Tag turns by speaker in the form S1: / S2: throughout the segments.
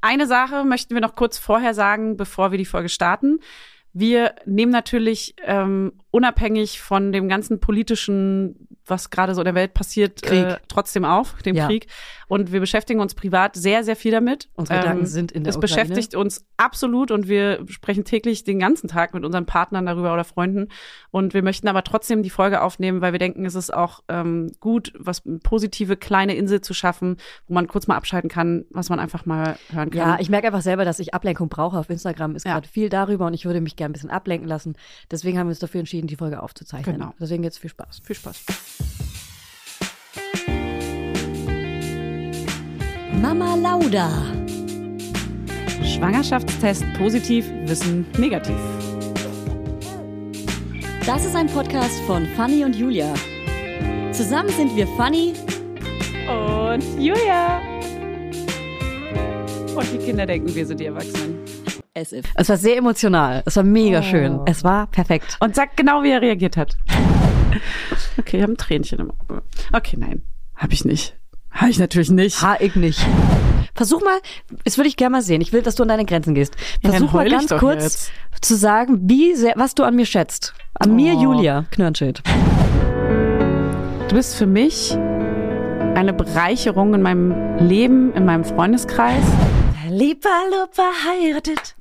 S1: Eine Sache möchten wir noch kurz vorher sagen, bevor wir die Folge starten. Wir nehmen natürlich ähm, unabhängig von dem ganzen politischen, was gerade so in der Welt passiert, äh, trotzdem auf, dem
S2: Ja.
S1: Krieg. Und wir beschäftigen uns privat sehr, sehr viel damit. Ähm,
S2: Unsere Gedanken sind in der
S1: Es
S2: Ukraine.
S1: beschäftigt uns absolut und wir sprechen täglich den ganzen Tag mit unseren Partnern darüber oder Freunden. Und wir möchten aber trotzdem die Folge aufnehmen, weil wir denken, es ist auch ähm, gut, was eine positive kleine Insel zu schaffen, wo man kurz mal abschalten kann, was man einfach mal hören kann.
S2: Ja, ich merke einfach selber, dass ich Ablenkung brauche. Auf Instagram ist
S1: Ähm, Ja.
S2: gerade viel darüber und ich würde mich gerne ein bisschen ablenken lassen. Deswegen haben wir uns dafür entschieden, die Folge aufzuzeichnen.
S1: Genau.
S2: Deswegen jetzt viel Spaß.
S1: viel Spaß.
S2: Mama Lauda.
S1: Schwangerschaftstest positiv, Wissen negativ.
S2: Das ist ein Podcast von Fanny und Julia. Zusammen sind wir Fanny.
S1: Und Julia. Und die Kinder denken, wir sind die Erwachsenen.
S2: Es war sehr emotional. Es war
S1: Oh.
S2: mega schön. Es war perfekt.
S1: Und sagt genau, wie er reagiert hat. Okay, ich habe ein Tränchen im Auge. Okay, nein. Habe ich nicht. Habe ich natürlich nicht.
S2: Ha, ich nicht. Versuch mal, das würde ich gerne mal sehen. Ich will, dass du an deine Grenzen gehst.
S1: Ja, dann
S2: Versuch mal
S1: heul ich
S2: ganz
S1: doch
S2: kurz
S1: jetzt.
S2: zu sagen, wie sehr, was du an mir schätzt. An mir,
S1: Oh.
S2: Julia Knirnschild.
S1: Du bist für mich eine Bereicherung in meinem Leben, in meinem Freundeskreis.
S2: Lieber verheiratet,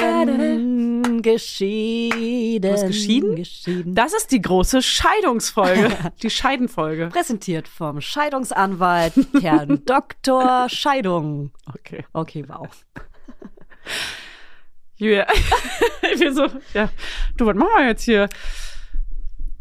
S2: geschieden, geschieden.
S1: Du bist geschieden?
S2: Geschieden.
S1: Das ist die große Scheidungsfolge. Die Scheidenfolge.
S2: Präsentiert vom Scheidungsanwalt, Herrn Doktor Scheidung.
S1: Okay.
S2: Okay, wow.
S1: Julia. ich bin so, ja. Du, was machen wir jetzt hier?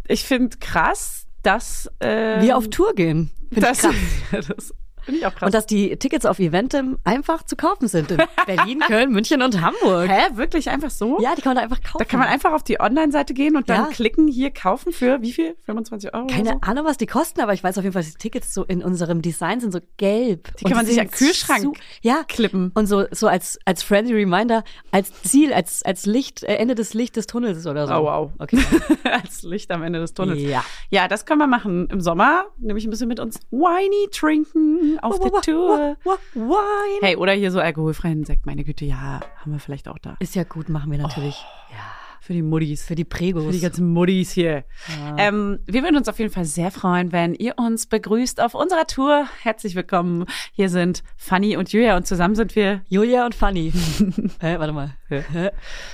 S1: Ich finde krass, dass. ähm,
S2: Wir auf Tour gehen. Find ich
S1: das,
S2: krass.
S1: das finde ich auch krass.
S2: Und dass die Tickets auf Eventim einfach zu kaufen sind. In Berlin, Köln, München und Hamburg.
S1: Hä, wirklich einfach so?
S2: Ja, die kann man da einfach kaufen.
S1: Da kann man einfach auf die Online-Seite gehen und dann
S2: Ja.
S1: klicken, hier kaufen für wie viel? 25 Euro?
S2: keine
S1: oder so?
S2: Ahnung, was die kosten, aber ich weiß auf jeden Fall, dass die Tickets so in unserem Design sind so gelb.
S1: Die kann man sich
S2: sind
S1: an den Kühlschrank
S2: su- ja.
S1: klippen.
S2: Und so, so als, als friendly reminder, als Ziel, als, als Licht, äh, Ende des Licht des Tunnels oder so.
S1: Oh, wow.
S2: Okay.
S1: Als Licht am Ende des Tunnels.
S2: Ja.
S1: ja, das können wir machen im Sommer. Nämlich ein bisschen mit uns Winey trinken auf der Tour.
S2: Wa- wa- Wine.
S1: Hey, oder hier so alkoholfreien Sekt, meine Güte. Ja, haben wir vielleicht auch da.
S2: Ist ja gut, machen wir natürlich.
S1: Oh. Für die Muddis.
S2: Für die Prägos.
S1: Für die ganzen Muddis hier. Ähm, wir würden uns auf jeden Fall sehr freuen, wenn ihr uns begrüßt auf unserer Tour. Herzlich willkommen. Hier sind Fanny und Julia und zusammen sind wir
S2: Julia und Fanny. Hä, warte mal. Hä?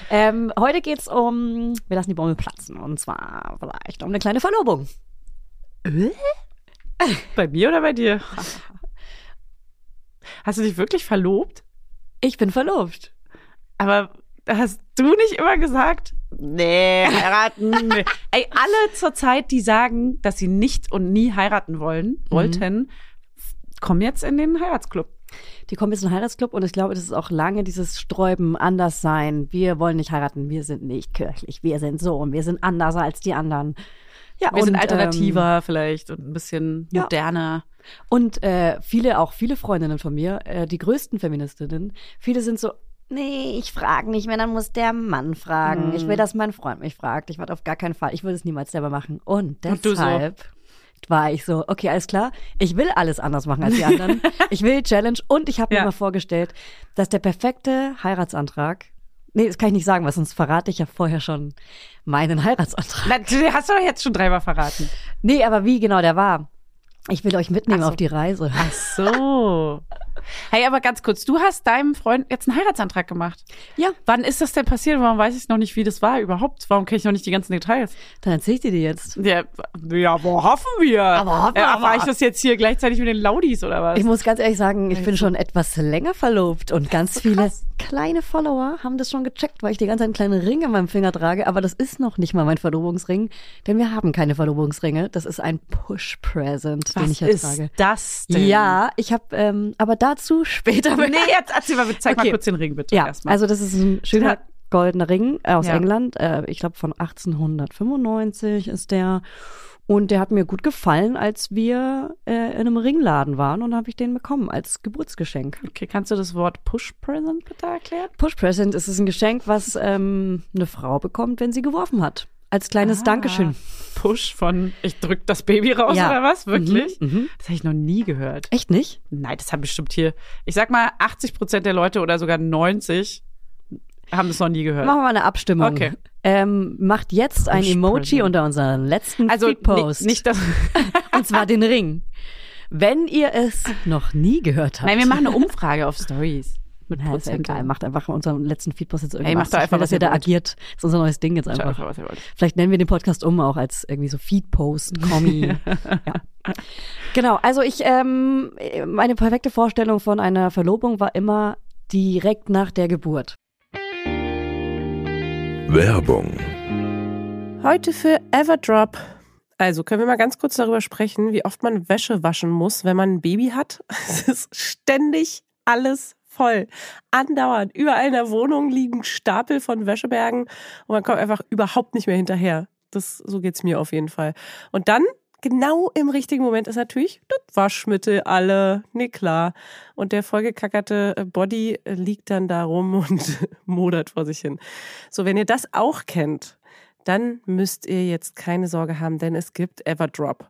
S2: ähm, heute geht's um, wir lassen die Bombe platzen. Und zwar vielleicht um eine kleine Verlobung.
S1: Äh? bei mir oder bei dir? Hast du dich wirklich verlobt?
S2: Ich bin verlobt.
S1: Aber hast du nicht immer gesagt? Nee, heiraten. nee. Ey, alle zur Zeit, die sagen, dass sie nicht und nie heiraten wollen, wollten, f- kommen jetzt in den Heiratsclub.
S2: Die kommen jetzt in den Heiratsclub und ich glaube, das ist auch lange dieses Sträuben, anders sein. Wir wollen nicht heiraten, wir sind nicht kirchlich, wir sind so und wir sind anders als die anderen. Ja,
S1: Wir sind
S2: und,
S1: alternativer vielleicht und ein bisschen
S2: ja.
S1: moderner.
S2: Ähm, und äh, viele, auch viele Freundinnen von mir, äh, die größten Feministinnen, viele sind so, nee, ich frage nicht mehr, dann muss der Mann fragen. Ich
S1: Hm.
S2: will, dass mein Freund mich fragt. Ich warte auf gar keinen Fall. Ich würde es niemals selber machen. Und
S1: Und du so.
S2: deshalb war ich so, okay, alles klar, ich will alles anders machen als die anderen. ich will Challenge und ich habe
S1: Ja.
S2: mir mal vorgestellt, dass der perfekte Heiratsantrag, nee, das kann ich nicht sagen, weil sonst verrate ich ja vorher schon meinen Heiratsantrag.
S1: Na, du hast du doch jetzt schon dreimal verraten.
S2: Nee, aber wie genau der war. Ich will euch mitnehmen
S1: Ach so. Ah.
S2: auf die Reise.
S1: Ach so. Hey, aber ganz kurz, du hast deinem Freund jetzt einen Heiratsantrag gemacht.
S2: Ja,
S1: Wann ist das denn passiert? Warum weiß ich noch nicht, wie das war überhaupt? Warum kenne ich noch nicht die ganzen Details?
S2: dann erzähl ich dir die jetzt.
S1: Ja, ja, wo hoffen wir?
S2: Aber hoffen wir
S1: Äh, erfahre
S2: aber.
S1: ich das jetzt hier gleichzeitig mit den Laudis oder was?
S2: Ich muss ganz ehrlich sagen, ich bin schon etwas länger verlobt und ganz viele kleine Follower haben das schon gecheckt, weil ich die ganze Zeit einen kleinen Ring an meinem Finger trage, aber das ist noch nicht mal mein Verlobungsring, denn wir haben keine Verlobungsringe. Das ist ein Push-Present, den ich
S1: was
S2: hier
S1: ist
S2: trage.
S1: das denn?
S2: Ja, ich habe, ähm, aber dazu später mehr.
S1: Nee, jetzt erzähl mal, zeig mal
S2: Okay.
S1: kurz den Ring bitte
S2: ja,
S1: erstmal.
S2: also das ist ein
S1: Ja.
S2: schöner goldener Ring äh, aus
S1: Ja.
S2: England. Äh, ich glaube von 1895 ist der. Und der hat mir gut gefallen, als wir äh, in einem Ringladen waren und habe ich den bekommen als Geburtsgeschenk.
S1: okay, kannst du das Wort Push Present bitte erklären?
S2: Push Present ist es ein Geschenk, was ähm, eine Frau bekommt, wenn sie geworfen hat. Als kleines
S1: Ah,
S2: Dankeschön.
S1: Push von ich drück das Baby raus
S2: Ja.
S1: oder was? Wirklich?
S2: Mhm, mhm.
S1: Das habe ich noch nie gehört.
S2: Echt nicht?
S1: Nein, das haben bestimmt hier, ich sag mal, 80 Prozent der Leute oder sogar 90 haben das noch nie gehört.
S2: Machen wir mal eine Abstimmung.
S1: Okay.
S2: Ähm, macht jetzt ein
S1: Push
S2: Emoji
S1: present.
S2: unter unseren letzten
S1: also ni-
S2: Feedpost.
S1: nicht das.
S2: Und zwar den Ring. Wenn ihr es noch nie gehört habt.
S1: Nein, wir machen eine Umfrage auf Stories mit
S2: Na, ist ja
S1: Prozent.
S2: egal. Macht einfach unseren letzten Feedpost jetzt irgendwas.
S1: macht doch
S2: Ich will,
S1: einfach,
S2: dass
S1: was
S2: ihr
S1: ihr
S2: da
S1: wollt.
S2: agiert. Das ist unser neues Ding jetzt
S1: Schaut
S2: einfach.
S1: einfach, was ihr wollt.
S2: Vielleicht nennen wir den Podcast um auch als irgendwie so Feedpost, Kommi. ja. Genau, also ich, ähm, meine perfekte Vorstellung von einer Verlobung war immer direkt nach der Geburt.
S3: Werbung.
S4: Heute für Everdrop. Also können wir mal ganz kurz darüber sprechen, wie oft man Wäsche waschen muss, wenn man ein Baby hat. Es ist ständig alles voll. Andauernd. Überall in der Wohnung liegen Stapel von Wäschebergen und man kommt einfach überhaupt nicht mehr hinterher. Das, so geht's mir auf jeden Fall. Und dann, genau im richtigen Moment, ist natürlich das Waschmittel alle. Nee, klar. Und der vollgekackerte äh, Body äh, liegt dann da rum und modert vor sich hin. So, wenn ihr das auch kennt, dann müsst ihr jetzt keine Sorge haben, denn es gibt Everdrop.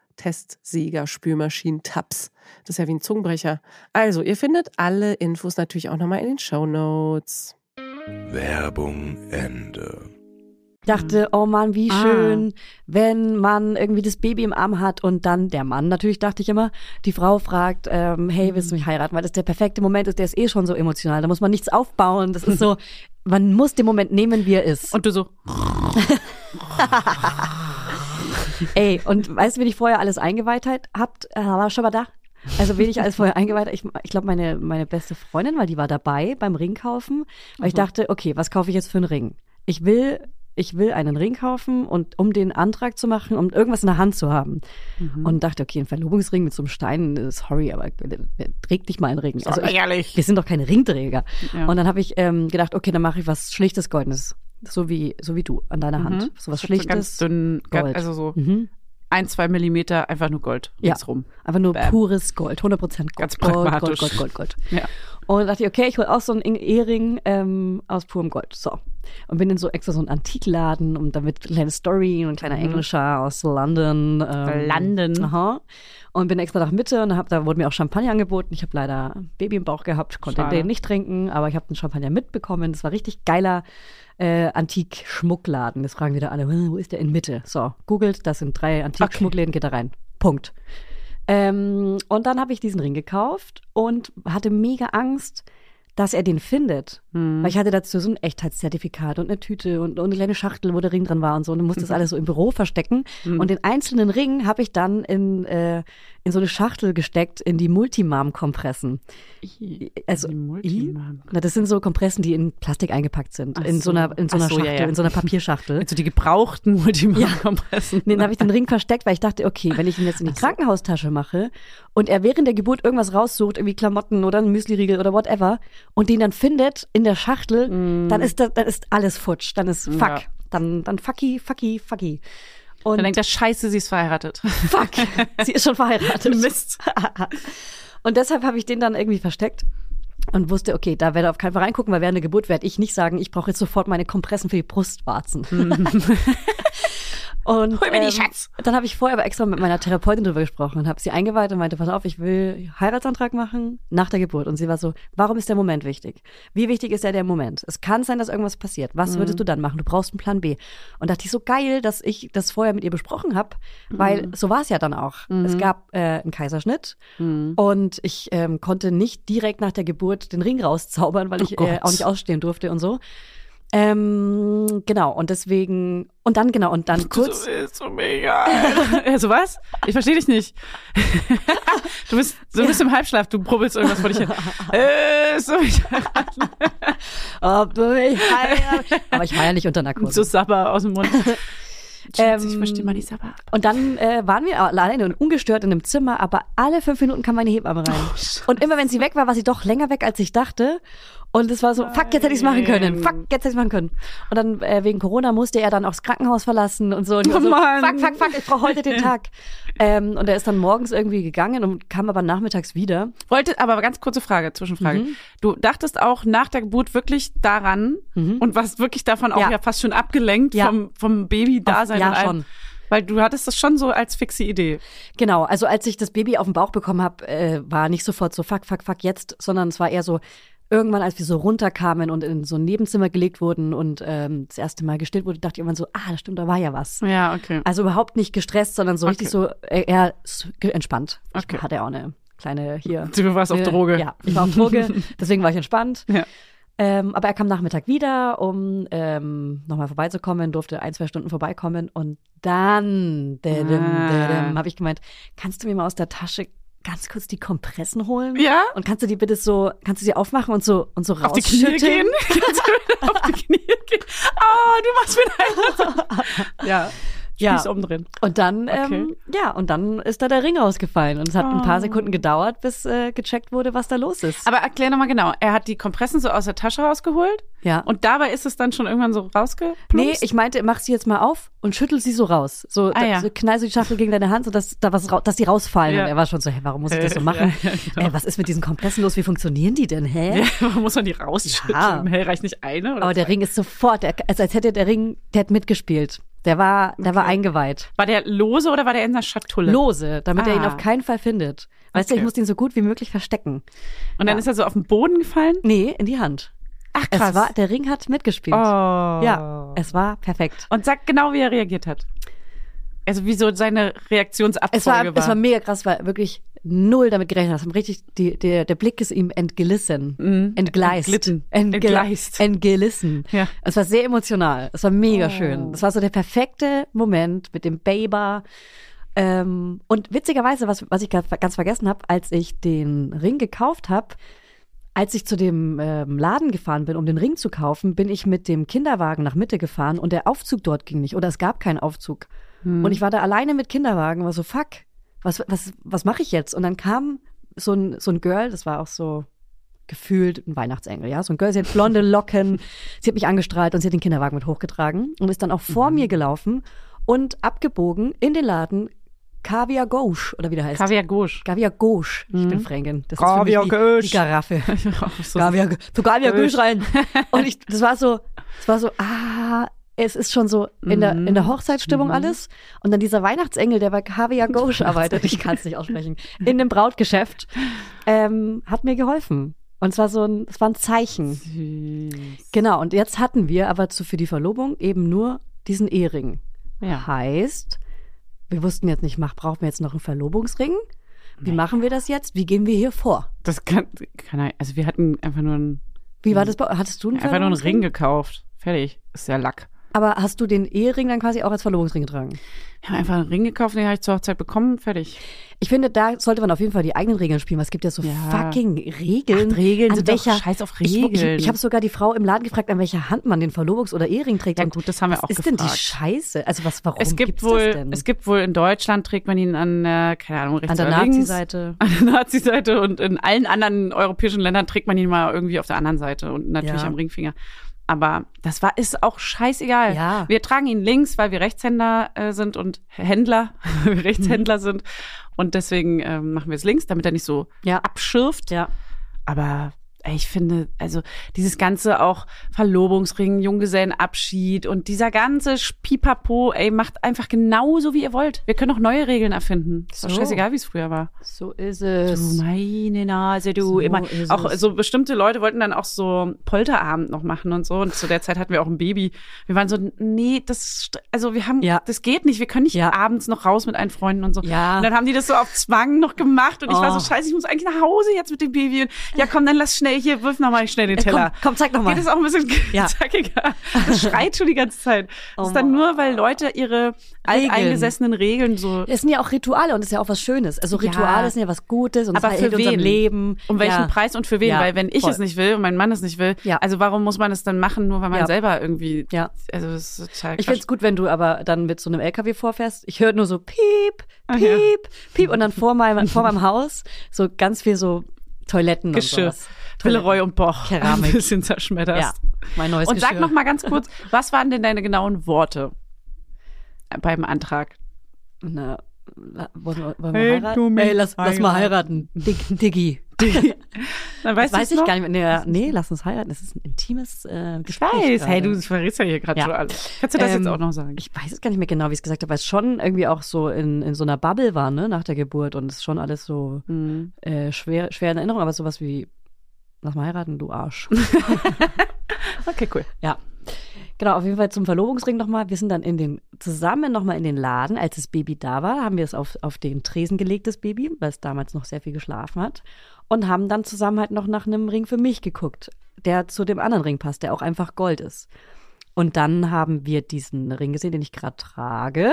S4: Testsieger, Spülmaschinen, Tabs. Das ist ja wie ein Zungenbrecher. Also, ihr findet alle Infos natürlich auch nochmal in den Show Notes.
S3: Werbung Ende.
S2: Dachte, oh Mann, wie
S1: Ah.
S2: schön, wenn man irgendwie das Baby im Arm hat und dann der Mann natürlich, dachte ich immer, die Frau fragt, ähm, hey, willst du
S1: Mhm.
S2: mich heiraten? Weil das der perfekte Moment ist, der ist eh schon so emotional, da muss man nichts aufbauen. Das ist so, man muss den Moment nehmen, wie er ist.
S1: Und du so,
S2: Ey, und weißt du, wen ich vorher alles eingeweiht hat- habt? Äh, War schon mal da? Also wen ich alles vorher eingeweiht habe. Ich, ich glaube, meine, meine beste Freundin, weil die war dabei beim Ring kaufen. Weil
S1: Mhm.
S2: ich dachte, okay, was kaufe ich jetzt für einen Ring? Ich will, ich will einen Ring kaufen und um den Antrag zu machen, um irgendwas in der Hand zu haben.
S1: Mhm.
S2: Und dachte, okay, ein Verlobungsring mit so einem Stein, äh, sorry, aber äh, träg dich mal einen Ring. Also ich,
S1: oh, ehrlich.
S2: wir sind doch keine Ringträger.
S1: Ja.
S2: Und dann habe ich ähm, gedacht, okay, dann mache ich was Schlichtes Goldenes. So wie, so wie du, an deiner
S1: Mhm.
S2: Hand. So was
S1: So ganz
S2: Schlichtes.
S1: dünn, ganz,
S2: Gold.
S1: also so
S2: Mhm.
S1: ein, zwei Millimeter, einfach nur Gold
S2: Ja.
S1: ringsrum.
S2: Einfach nur
S1: Bam.
S2: pures Gold, 100% Gold.
S1: Ganz
S2: Gold, Gold,
S1: pragmatisch.
S2: Gold, Gold, Gold.
S1: Ja.
S2: Und dann dachte ich, okay, ich hole auch so einen Ehering ähm, aus purem Gold. So. Und bin in so extra so einen Antikladen und damit kleine Story und ein kleiner Englischer aus London. Ähm,
S1: Mhm. London.
S2: Aha. Und bin extra nach Mitte und hab, da wurde mir auch Champagner angeboten. Ich habe leider ein Baby im Bauch gehabt, konnte
S1: Schade.
S2: den nicht trinken, aber ich habe den Champagner mitbekommen. Das war richtig geiler äh, Antik-Schmuckladen. Jetzt fragen wieder alle, "Hm, wo ist der in Mitte? So, googelt, das sind drei Antik-Schmuckläden, geht da rein. Punkt. Ähm, und dann habe ich diesen Ring gekauft und hatte mega Angst, dass er den findet.
S1: Hm.
S2: Weil ich hatte dazu so ein Echtheitszertifikat und eine Tüte und, und eine kleine Schachtel, wo der Ring drin war und so. Und dann musste das alles so im Büro verstecken. Und den einzelnen Ring habe ich dann in, äh, in so eine Schachtel gesteckt, in die Multimam-Kompressen.
S1: Ich,
S2: Also,
S1: die
S2: I?
S1: Multimam.
S2: Na, das sind so Kompressen, die in Plastik eingepackt sind.
S1: Ach
S2: in so,
S1: so.
S2: einer, in so einer
S1: Ach so, ja,
S2: Schachtel,
S1: ja.
S2: in so einer Papierschachtel.
S1: Also die gebrauchten Multimam-Kompressen.
S2: Nee, dann habe ich den Ring versteckt, weil ich dachte, okay, wenn ich ihn jetzt in die Krankenhaustasche mache und er während der Geburt irgendwas raussucht, irgendwie Klamotten oder einen Müsliriegel oder whatever, und den dann findet in der Schachtel, dann ist das, dann ist alles futsch, dann ist fuck,
S1: Mm. Ja.
S2: dann dann fucky, fucky, fucky. Und
S1: Dann denkt er, scheiße, sie ist verheiratet.
S2: fuck, sie ist schon verheiratet.
S1: Mist.
S2: Und deshalb habe ich den dann irgendwie versteckt und wusste, okay, da werde ich auf keinen Fall reingucken, weil während der Geburt werde ich nicht sagen, ich brauche jetzt sofort meine Kompressen für die Brustwarzen. und
S1: Hol mir die,
S2: ähm,
S1: Schatz.
S2: dann habe ich vorher aber extra mit meiner Therapeutin drüber gesprochen und habe sie eingeweiht und meinte, pass auf, ich will Heiratsantrag machen nach der Geburt. Und sie war so, warum ist der Moment wichtig? Wie wichtig ist der, der Moment? Es kann sein, dass irgendwas passiert. Was
S1: Mhm.
S2: würdest du dann machen? Du brauchst einen Plan B. Und dachte ich, so geil, dass ich das vorher mit ihr besprochen habe, weil
S1: Mhm.
S2: so war es ja dann auch. Es gab äh, einen Kaiserschnitt
S1: Mhm.
S2: und ich ähm, konnte nicht direkt nach der Geburt den Ring rauszaubern, weil ich äh,
S1: Oh Gott.
S2: auch nicht ausstehen durfte und so. Ähm, genau, und deswegen, und dann, genau, und dann kurz.
S1: So, äh. ist so mega. also was? Ich verstehe dich nicht. du bist, du bist im Halbschlaf, du brubbelst irgendwas vor dich hin. Äh, so,
S2: Ob du mich heirat- Aber ich war ja nicht unter
S1: so
S2: Narkose.
S1: Sabber aus dem Mund. Schatz, ich
S2: Ähm,
S1: verstehe mal die Sabber ab.
S2: Und dann äh, waren wir alleine und ungestört in einem Zimmer, aber alle fünf Minuten kam meine Hebamme rein.
S1: Oh,
S2: und immer wenn sie weg war, war sie doch länger weg, als ich dachte. Und es war so, fuck, jetzt hätte ich es machen können.
S1: Nein.
S2: Fuck, jetzt hätte ich es machen können. Und dann äh, wegen Corona musste er dann auch das Krankenhaus verlassen und so. Und ich war
S1: Oh
S2: so,
S1: Mann.
S2: fuck, fuck, fuck, ich brauche heute den Tag. ähm, und er ist dann morgens irgendwie gegangen und kam aber nachmittags wieder.
S1: Wollte, aber ganz kurze Frage, Zwischenfrage.
S2: Mhm.
S1: Du dachtest auch nach der Geburt wirklich daran und warst wirklich davon auch
S2: Mhm. Ja.
S1: ja, fast schon abgelenkt
S2: Ja.
S1: vom, vom Baby-Dasein.
S2: Ja,
S1: und allem.
S2: schon.
S1: Weil du hattest das schon so als fixe Idee.
S2: Genau, also als ich das Baby auf den Bauch bekommen habe, äh, war nicht sofort so fuck, fuck, fuck jetzt, sondern es war eher so irgendwann, als wir so runterkamen und in so ein Nebenzimmer gelegt wurden und ähm, das erste Mal gestillt wurde, dachte ich irgendwann so, ah, stimmt, da war ja was.
S1: Ja, okay.
S2: Also überhaupt nicht gestresst, sondern so richtig so äh, eher s- ge- entspannt. Ich
S1: Okay.
S2: hatte auch eine kleine hier.
S1: Du warst auf Droge.
S2: Also, äh, Ja, ich war auf Droge, deswegen war ich entspannt.
S1: Ja.
S2: Ähm, aber er kam Nachmittag wieder, um ähm, nochmal vorbeizukommen, durfte ein, zwei Stunden vorbeikommen und dann
S1: Ah.
S2: habe ich gemeint, kannst du mir mal aus der Tasche ganz kurz die Kompressen holen?
S1: Ja?
S2: Und kannst du die bitte so, kannst du sie aufmachen und so und so
S1: Auf die Knie
S2: rausschütteln?
S1: gehen? Kannst du auf die Knie gehen? Oh, du machst mir eine Ja.
S2: Ja. um
S1: Spieß umdrehen.
S2: Und dann, ähm,
S1: Okay. Ah.
S2: ja, und dann ist da der Ring rausgefallen und es hat ein paar Sekunden gedauert, bis äh, gecheckt wurde, was da los ist.
S1: Aber erklär nochmal genau. Er hat die Kompressen so aus der Tasche rausgeholt
S2: ja.
S1: und dabei ist es dann schon irgendwann so rausgeplumpst?
S2: Nee, ich meinte, mach sie jetzt mal auf und schüttel sie so raus. So, da,
S1: Ah, ja.
S2: so knall so die Schachtel gegen deine Hand, so dass da was rau- dass die rausfallen.
S1: Ja.
S2: Und er war schon so, hä, warum muss ich das so
S1: Äh,
S2: machen?
S1: ja, ja, genau.
S2: äh, was ist mit diesen Kompressen los? Wie funktionieren die denn? Hä?
S1: Muss man die rausschütteln?
S2: Ja.
S1: Hey, reicht nicht eine? Oder
S2: Aber der Ring ist sofort, der, also als hätte der Ring, der hat mitgespielt. Der war, der war eingeweiht.
S1: War der lose oder war der in der Schatulle?
S2: Lose, damit er ihn
S1: Ah.
S2: auf keinen Fall findet. Weißt du, ich
S1: Okay.
S2: muss ihn so gut wie möglich verstecken.
S1: Und dann ist er so auf den Boden gefallen?
S2: Nee, in die Hand.
S1: Ach
S2: Es war, der Ring hat mitgespielt.
S1: oh.
S2: Ja, es war perfekt.
S1: Und sag genau, wie er reagiert hat. Also wie so seine Reaktionsabfolge
S2: Es war,
S1: war.
S2: es war mega krass, weil wirklich null damit gerechnet hast. Richtig, die, der, der Blick ist ihm entglissen. Entgleist.
S1: Mhm. Entglitten.
S2: Entgle
S1: Entgleist. Oh.
S2: Entglissen.
S1: Ja.
S2: Es war sehr emotional. Es war mega schön. Es war so der perfekte Moment mit dem Baby. Ähm, und witzigerweise, was, was ich ganz, ganz vergessen habe, als ich den Ring gekauft habe, als ich zu dem ähm, Laden gefahren bin, um den Ring zu kaufen, bin ich mit dem Kinderwagen nach Mitte gefahren und der Aufzug dort ging nicht oder es gab keinen Aufzug.
S1: Mhm.
S2: Und ich war da alleine mit Kinderwagen, war so, fuck, was, was, was mache ich jetzt? Und dann kam so ein, so ein Girl, das war auch so gefühlt ein Weihnachtsengel, ja, so ein Girl, sie hat blonde Locken, sie hat mich angestrahlt und sie hat den Kinderwagen mit hochgetragen und ist dann auch vor mir gelaufen und abgebogen in den Laden Kaviar Gauche oder wie der heißt.
S1: Kaviar Gauche.
S2: Kaviar Gauche. Ich bin Fränkin. Das
S1: Kaviar
S2: ist für mich die,
S1: Gauche.
S2: die Garaffe.
S1: so
S2: Kaviar, zu Kaviar
S1: Gauche.
S2: Gauche rein. Und ich, das war so, das war so, ah, es ist schon so in der, in
S1: Mhm.
S2: der Hochzeitsstimmung alles. Und dann dieser Weihnachtsengel, der bei Kaviar Gauche arbeitet, ich kann es nicht aussprechen, in dem Brautgeschäft, ähm, hat mir geholfen. Und es war so ein, es war ein Zeichen.
S1: süß.
S2: Genau, und jetzt hatten wir aber zu, für die Verlobung eben nur diesen Ehering.
S1: Ja.
S2: Heißt, wir wussten jetzt nicht, mach, brauchen wir jetzt noch einen Verlobungsring? Wie machen wir das jetzt? Wie gehen wir hier vor?
S1: Das kann, kann er, also wir hatten einfach nur einen,
S2: Wie war das bei Hattest du einen
S1: einfach nur einen
S2: Verlobungsring?
S1: Ring gekauft. Fertig. Ist ja Lack.
S2: Aber hast du den Ehering dann quasi auch als Verlobungsring getragen?
S1: Wir haben einfach einen Ring gekauft, den habe ich zur Hochzeit bekommen. Fertig.
S2: Ich finde, da sollte man auf jeden Fall die eigenen Regeln spielen. weil Es gibt ja so
S1: Ja.
S2: fucking Regeln.
S1: Ach, Regeln
S2: an
S1: sind doch
S2: welcher,
S1: scheiß auf
S2: Ich,
S1: Regeln.
S2: ich, ich habe sogar die Frau im Laden gefragt, an welcher Hand man den Verlobungs- oder Ehering trägt.
S1: Ja
S2: Und
S1: gut, das haben wir
S2: was
S1: auch
S2: ist denn die
S1: gefragt.
S2: Scheiße? Also was, warum
S1: es gibt
S2: gibt's das
S1: wohl,
S2: denn?
S1: es gibt wohl in Deutschland trägt man ihn an, äh, keine Ahnung, rechts
S2: an der
S1: oder links.
S2: Nazi-Seite.
S1: An der Nazi-Seite und in allen anderen europäischen Ländern trägt man ihn mal irgendwie auf der anderen Seite und natürlich
S2: Ja.
S1: am Ringfinger. Aber das war, ist auch scheißegal.
S2: Ja.
S1: Wir tragen ihn links, weil wir Rechtshänder äh, sind und Händler, weil wir Rechtshändler
S2: Mhm.
S1: sind. Und deswegen ähm, machen wir es links, damit er nicht so
S2: Ja.
S1: abschürft.
S2: Ja.
S1: Aber ey, ich finde, also dieses ganze auch Verlobungsring, Junggesellenabschied und dieser ganze Sch- Pipapo, ey, macht einfach genauso, wie ihr wollt. Wir können auch neue Regeln erfinden. Ist doch
S2: So.
S1: scheißegal, wie es früher war.
S2: So ist es.
S1: Du meine Nase, du
S2: So
S1: immer.
S2: ist
S1: Auch
S2: es.
S1: so bestimmte Leute wollten dann auch so Polterabend noch machen und so. Und zu der Zeit hatten wir auch ein Baby. Wir waren so, nee, das, st- also wir haben,
S2: Ja.
S1: das geht nicht. Wir können nicht
S2: Ja.
S1: abends noch raus mit allen Freunden und so.
S2: Ja.
S1: Und dann haben die das so auf Zwang noch gemacht. Und ich war
S2: Oh.
S1: so, scheiße, ich muss eigentlich nach Hause jetzt mit dem Baby. Und, ja, komm, dann lass schnell hier, wirf nochmal schnell den
S2: Äh, komm,
S1: Teller.
S2: komm, zeig noch mal.
S1: Geht es auch ein bisschen
S2: Ja.
S1: zackiger. Das schreit schon die ganze Zeit.
S2: Oh
S1: das ist dann nur, weil Leute ihre alteingesessenen Regeln so
S2: Es sind ja auch Rituale und es ist ja auch was Schönes. Also
S1: Ja.
S2: Rituale sind ja was Gutes und
S1: Aber
S2: es
S1: für
S2: hält unserem
S1: wen?
S2: Leben.
S1: Um welchen
S2: ja.
S1: Preis und für wen?
S2: Ja,
S1: weil wenn ich
S2: voll.
S1: es nicht will und mein Mann es nicht will,
S2: Ja.
S1: also warum muss man es dann machen, nur weil man
S2: Ja.
S1: selber irgendwie,
S2: Ja.
S1: also das ist total
S2: Ich
S1: Quatsch.
S2: find's gut, wenn du aber dann mit so einem LKW vorfährst. Ich höre nur so piep,
S1: Ah,
S2: piep,
S1: ja.
S2: piep und dann vor meinem, vor meinem Haus so ganz viel so Toiletten
S1: Geschirr,
S2: und sowas.
S1: Villeroy und Boch,
S2: Keramik.
S1: ein bisschen
S2: Ja,
S1: zerschmetterst.
S2: mein neues
S1: und
S2: Geschirr.
S1: sag noch mal ganz kurz, was waren denn deine genauen Worte beim Antrag?
S2: Na, la- wollen wir, wollen wir
S1: Hey,
S2: heiraten?
S1: du mich
S2: Ey, lass, lass mal
S1: heiraten.
S2: heiraten. Dig, Diggi. Diggi.
S1: Dann
S2: Das
S1: weißt
S2: weiß
S1: du's
S2: ich
S1: noch?
S2: gar nicht mehr. Nee, nee, lass uns heiraten. Das ist ein intimes äh,
S1: Ich
S2: Gespräch.
S1: weiß, hey,
S2: gerade.
S1: du verrätst ja hier gerade
S2: Ja.
S1: schon alles. Kannst du das
S2: Ähm,
S1: jetzt auch noch sagen?
S2: Ich weiß es gar nicht mehr genau, wie ich es gesagt habe, weil es schon irgendwie auch so in, in so einer Bubble war, ne, nach der Geburt und es schon alles so
S1: Mhm.
S2: äh, schwer, schwer in Erinnerung, aber sowas wie lass mal heiraten, du Arsch.
S1: Okay, cool.
S2: ja. Genau, auf jeden Fall zum Verlobungsring nochmal. Wir sind dann in den, zusammen nochmal in den Laden, als das Baby da war, haben wir es auf, auf den Tresen gelegt, das Baby, weil es damals noch sehr viel geschlafen hat. Und haben dann zusammen halt noch nach einem Ring für mich geguckt, der zu dem anderen Ring passt, der auch einfach Gold ist. Und dann haben wir diesen Ring gesehen, den ich gerade trage.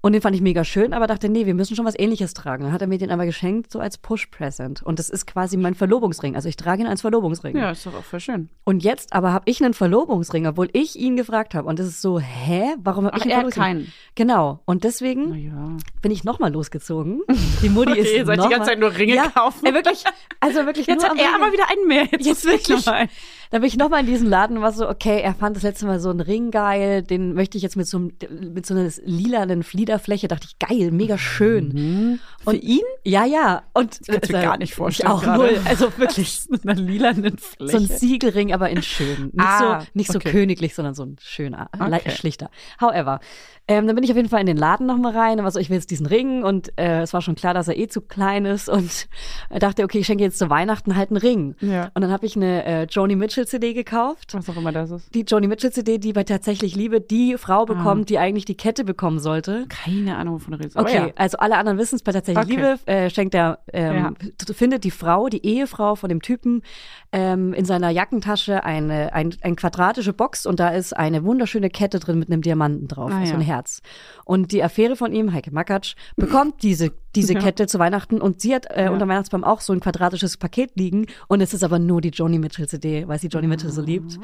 S2: Und den fand ich mega schön, aber dachte, nee, wir müssen schon was ähnliches tragen. Dann hat er mir den aber geschenkt, so als Push-Present. Und das ist quasi mein Verlobungsring. Also ich trage ihn als Verlobungsring.
S1: Ja, ist doch auch voll schön.
S2: Und jetzt aber habe ich einen Verlobungsring, obwohl ich ihn gefragt habe. Und es ist so, hä? Warum habe
S1: Ach,
S2: ich einen
S1: er hat
S2: Verlobungsring?
S1: keinen.
S2: Genau. Und deswegen
S1: Naja.
S2: bin ich nochmal losgezogen. Die Mutti
S1: Okay,
S2: ist
S1: ihr seid die
S2: noch
S1: ganze
S2: mal-
S1: Zeit nur Ringe
S2: ja,
S1: kaufen.
S2: Ey, wirklich, also wirklich
S1: Jetzt
S2: nur
S1: hat
S2: am
S1: er
S2: Ringen.
S1: aber wieder einen mehr. Jetzt,
S2: Jetzt
S1: ist wirklich
S2: wirklich.
S1: mal.
S2: Da bin ich nochmal in diesen Laden und war so, okay, er fand das letzte Mal so einen Ring geil, den möchte ich jetzt mit so, einem, mit so einer lilanen Fliederfläche, dachte ich, geil, mega schön. Und ihn? Ja, ja. Und
S1: Mhm. Das kannst du mir
S2: äh,
S1: gar nicht vorstellen
S2: Ich auch
S1: gerade.
S2: null. Also wirklich.
S1: Mit einer lilanen
S2: So
S1: Fläche.
S2: ein Siegelring, aber in schön. Nicht,
S1: Ah,
S2: so, nicht
S1: okay.
S2: so königlich, sondern so ein schöner, le-
S1: Okay.
S2: schlichter. However, ähm, dann bin ich auf jeden Fall in den Laden nochmal rein und war so, ich will jetzt diesen Ring und äh, es war schon klar, dass er eh zu klein ist und dachte, okay, ich schenke jetzt zu Weihnachten halt einen Ring.
S1: Ja.
S2: Und dann habe ich eine äh, Joni Mitchell CD gekauft.
S1: was auch immer das ist.
S2: Die Joni Mitchell CD, die bei Tatsächlich Liebe die
S1: Ah.
S2: Frau bekommt, die eigentlich die Kette bekommen sollte.
S1: Keine Ahnung, wovon du redest.
S2: Okay,
S1: Aber ja.
S2: also alle anderen wissen es bei tatsächlich
S1: Okay.
S2: Liebe äh, schenkt er ähm,
S1: Ja.
S2: t- findet die Frau, die Ehefrau von dem Typen ähm, in seiner Jackentasche eine ein, ein quadratische Box und da ist eine wunderschöne Kette drin mit einem Diamanten drauf,
S1: Ah,
S2: also
S1: ja.
S2: ein Herz. Und die Affäre von ihm, Heike Makatsch, bekommt diese diese
S1: Ja.
S2: Kette zu Weihnachten und sie hat äh,
S1: Ja.
S2: unter Weihnachtsbaum auch so ein quadratisches Paket liegen und es ist aber nur die Joni Mitchell CD, weil sie Joni Mitchell so liebt.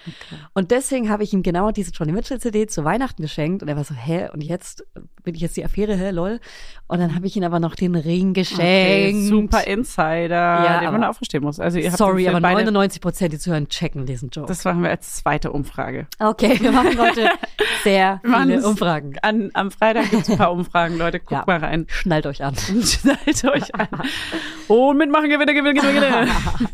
S2: Und deswegen habe ich ihm genau diese Johnny Mitchell CD zu Weihnachten geschenkt und er war so, hä, und jetzt bin ich jetzt die Affäre, hä, lol. Und dann habe ich ihm aber noch den Ring geschenkt.
S1: Okay, super Insider,
S2: Ja,
S1: den man
S2: aber-
S1: auch verstehen muss. Also ihr habt
S2: Sorry,
S1: den Film
S2: aber
S1: beide,
S2: 99 Prozent, die zuhören, checken diesen Joke.
S1: Das machen wir als zweite Umfrage.
S2: okay, wir machen heute sehr
S1: Wir machen
S2: viele
S1: es-
S2: Umfragen.
S1: An, am Freitag gibt es ein paar Umfragen, Leute. Guckt
S2: Ja.
S1: mal rein.
S2: Schnallt euch an.
S1: Schnallt euch an. Und mitmachen, Gewinne, Gewinne, Gewinne, Gewinne.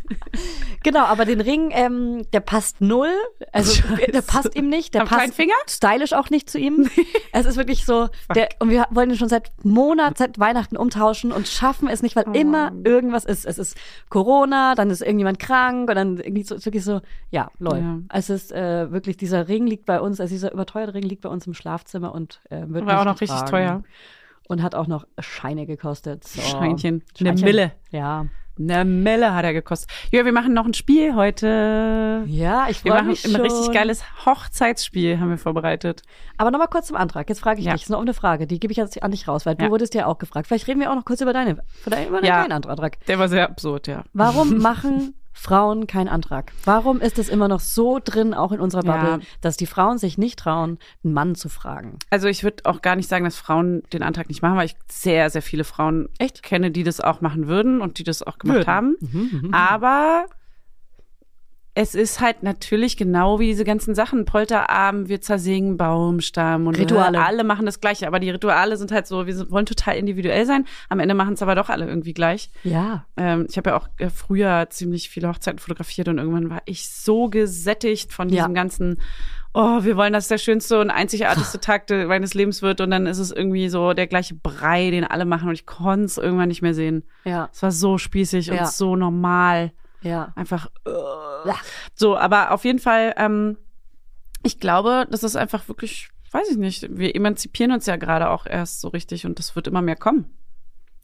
S2: Genau, aber den Ring, ähm, der passt null. Also
S1: Scheiße.
S2: der passt ihm nicht. Der
S1: Am kleinen
S2: passt
S1: Finger?
S2: stylisch auch nicht zu ihm. es ist wirklich so, der, und wir wollen ihn schon seit Monat, seit Weihnachten umtauschen und schaffen es
S1: Oh
S2: nicht, weil immer irgendwas ist. Es ist Corona, dann ist irgendjemand krank und dann irgendwie so, ist wirklich so, ja, lol.
S1: Ja.
S2: Es ist äh, wirklich, dieser Ring liegt bei uns, also dieser überteuerte Ring liegt bei uns im Schlafzimmer und äh, wird
S1: War auch
S2: nicht
S1: noch richtig
S2: getragen.
S1: teuer.
S2: und hat auch noch Scheine gekostet. So.
S1: Scheinchen. Eine
S2: Scheinchen.
S1: Mille.
S2: Ja.
S1: Eine Mille hat er gekostet. Ja, wir machen noch ein Spiel heute.
S2: Ja, ich
S1: Wir
S2: freue
S1: machen
S2: mich
S1: ein
S2: schon.
S1: richtig geiles Hochzeitsspiel, haben wir vorbereitet.
S2: Aber nochmal kurz zum Antrag. Jetzt frage ich
S1: Ja.
S2: dich. Das ist eine offene Frage. Die gebe ich jetzt an dich raus, weil du
S1: Ja.
S2: wurdest ja auch gefragt. Vielleicht reden wir auch noch kurz über deine, über deinen über deinen
S1: Ja.
S2: kleinen Antrag.
S1: Der war sehr absurd, ja.
S2: Warum machen Frauen keinen Antrag? Warum ist es immer noch so drin, auch in unserer
S1: Ja.
S2: Bubble, dass die Frauen sich nicht trauen, einen Mann zu fragen?
S1: Also ich würde auch gar nicht sagen, dass Frauen den Antrag nicht machen, weil ich sehr, sehr viele Frauen
S2: Echt?
S1: kenne, die das auch machen würden und die das auch gemacht
S2: Würden. Mhm.
S1: haben.
S2: Ah.
S1: Aber es ist halt natürlich genau wie diese ganzen Sachen. Polterabend, wir zersingen Baumstamm und äh,
S2: Rituale.
S1: alle machen das Gleiche. Aber die Rituale sind halt so, wir sind, wollen total individuell sein. Am Ende machen es aber doch alle irgendwie gleich.
S2: Ja.
S1: Ähm, ich habe ja auch äh, früher ziemlich viele Hochzeiten fotografiert und irgendwann war ich so gesättigt von
S2: Ja.
S1: diesem ganzen, oh, wir wollen, dass der schönste und einzigartigste Tag de- meines Lebens wird und dann ist es irgendwie so der gleiche Brei, den alle machen und ich konnte es irgendwann nicht mehr sehen.
S2: Ja.
S1: Es war so spießig
S2: Ja.
S1: und so normal.
S2: Ja.
S1: Einfach äh. so, aber auf jeden Fall, ähm, ich glaube, das ist einfach wirklich, weiß ich nicht, wir emanzipieren uns ja gerade auch erst so richtig und das wird immer mehr kommen.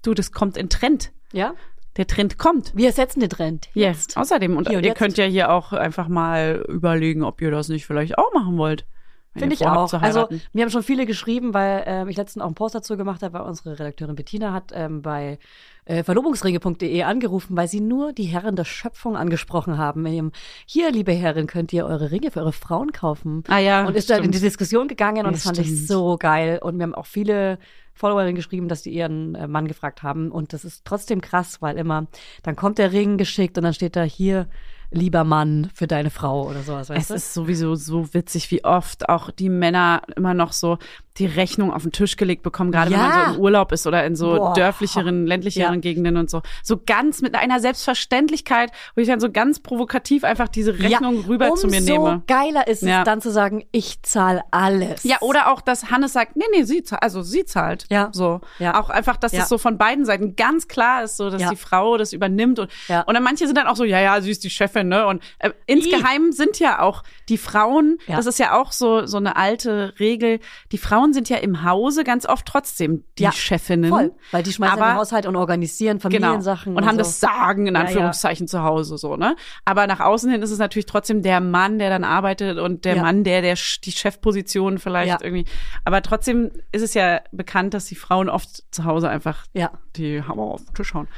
S1: Du, das kommt in Trend.
S2: Ja.
S1: Der Trend kommt.
S2: Wir setzen den Trend. Jetzt.
S1: Außerdem, und
S2: Hier und
S1: ihr
S2: jetzt.
S1: könnt ja hier auch einfach mal überlegen, ob ihr das nicht vielleicht auch machen wollt. wenn ihr
S2: Finde ich
S1: vorhabt
S2: auch.
S1: zu
S2: Also
S1: heiraten.
S2: mir haben schon viele geschrieben, weil ähm, ich letztens auch einen Post dazu gemacht habe, weil unsere Redakteurin Bettina hat ähm, bei äh, verlobungsringe.de angerufen, weil sie nur die Herren der Schöpfung angesprochen haben. Mit ihrem, Hier, liebe Herren, könnt ihr eure Ringe für eure Frauen kaufen.
S1: Ah ja,
S2: Und ist dann in
S1: stimmt.
S2: die Diskussion gegangen
S1: Ja,
S2: und das fand ich
S1: stimmt.
S2: so geil. Und wir haben auch viele Followerinnen geschrieben, dass die ihren äh, Mann gefragt haben. Und das ist trotzdem krass, weil immer, dann kommt der Ring geschickt und dann steht da hier, lieber Mann, für deine Frau oder sowas, weißt
S1: es
S2: du?
S1: ist sowieso so witzig, wie oft auch die Männer immer noch so die Rechnung auf den Tisch gelegt bekommen, gerade wenn
S2: Ja.
S1: man so im Urlaub ist oder in so
S2: Boah.
S1: dörflicheren, ländlicheren
S2: Ja.
S1: Gegenden und so. So ganz mit einer Selbstverständlichkeit, wo ich dann so ganz provokativ einfach diese Rechnung rüber zu mir
S2: umso
S1: nehme.
S2: geiler ist es
S1: Ja.
S2: dann zu sagen, ich zahle alles.
S1: Ja, oder auch, dass Hannes sagt, nee, nee, sie zahlt, also sie zahlt.
S2: Ja.
S1: So.
S2: Ja.
S1: Ja. Auch einfach, dass
S2: Ja.
S1: das so von beiden Seiten ganz klar ist, so, dass
S2: Ja.
S1: die Frau das übernimmt und,
S2: Ja.
S1: und dann manche sind dann auch so, ja, ja, sie ist die Chefin, ne? Und äh, insgeheim sind ja auch die Frauen,
S2: Ja.
S1: das ist ja auch so, so eine alte Regel, die Frauen sind ja im Hause ganz oft trotzdem die
S2: Ja,
S1: Chefinnen.
S2: Voll, weil die schmeißen
S1: Aber-
S2: im Haushalt und organisieren
S1: Genau.
S2: Familiensachen.
S1: Und, haben
S2: so.
S1: das Sagen in
S2: Ja, ja.
S1: Anführungszeichen zu Hause so, ne? Aber nach außen hin ist es natürlich trotzdem der Mann, der dann arbeitet und der
S2: Ja.
S1: Mann, der, der sch- die Chefposition vielleicht
S2: Ja.
S1: irgendwie. Aber trotzdem ist es ja bekannt, dass die Frauen oft zu Hause einfach
S2: Ja.
S1: die Hammer auf den Tisch hauen.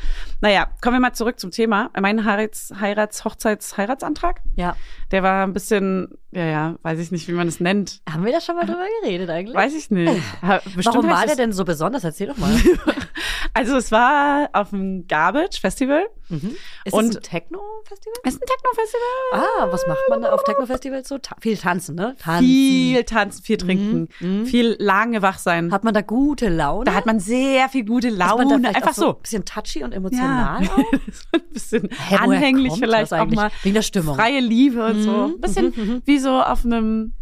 S1: Naja, kommen wir mal zurück zum Thema. Mein Heirats, Heirats, Hochzeits, Heiratsantrag,
S2: Ja.
S1: der war ein bisschen, ja, ja, weiß ich nicht, wie man es nennt.
S2: Haben wir da schon mal drüber geredet eigentlich?
S1: Weiß ich nicht. Ha- Bestimmt
S2: Warum
S1: hab ich
S2: war
S1: das-
S2: der denn so besonders? Erzähl doch mal.
S1: Also es war auf dem Garbage Festival.
S2: Ist
S1: Und-
S2: es ein Techno-Festival?
S1: Ist ein Techno-Festival.
S2: Ah, was macht man da auf Techno-Festivals so? Ta viel tanzen, ne? Tanzen. Mhm.
S1: viel tanzen, viel trinken, viel lange wach sein.
S2: Hat man da gute Laune?
S1: da hat man sehr viel gute
S2: Ist man da
S1: Laune.
S2: vielleicht
S1: Einfach
S2: auch so.
S1: so.
S2: Ein bisschen touchy und
S1: Ja.
S2: emotional auch?
S1: ein bisschen
S2: Hä, woher
S1: anhänglich
S2: kommt
S1: vielleicht
S2: das
S1: auch
S2: eigentlich?
S1: mal.
S2: Wegen der Stimmung. Mhm,
S1: Freie Liebe und so. Ein bisschen wie so auf einem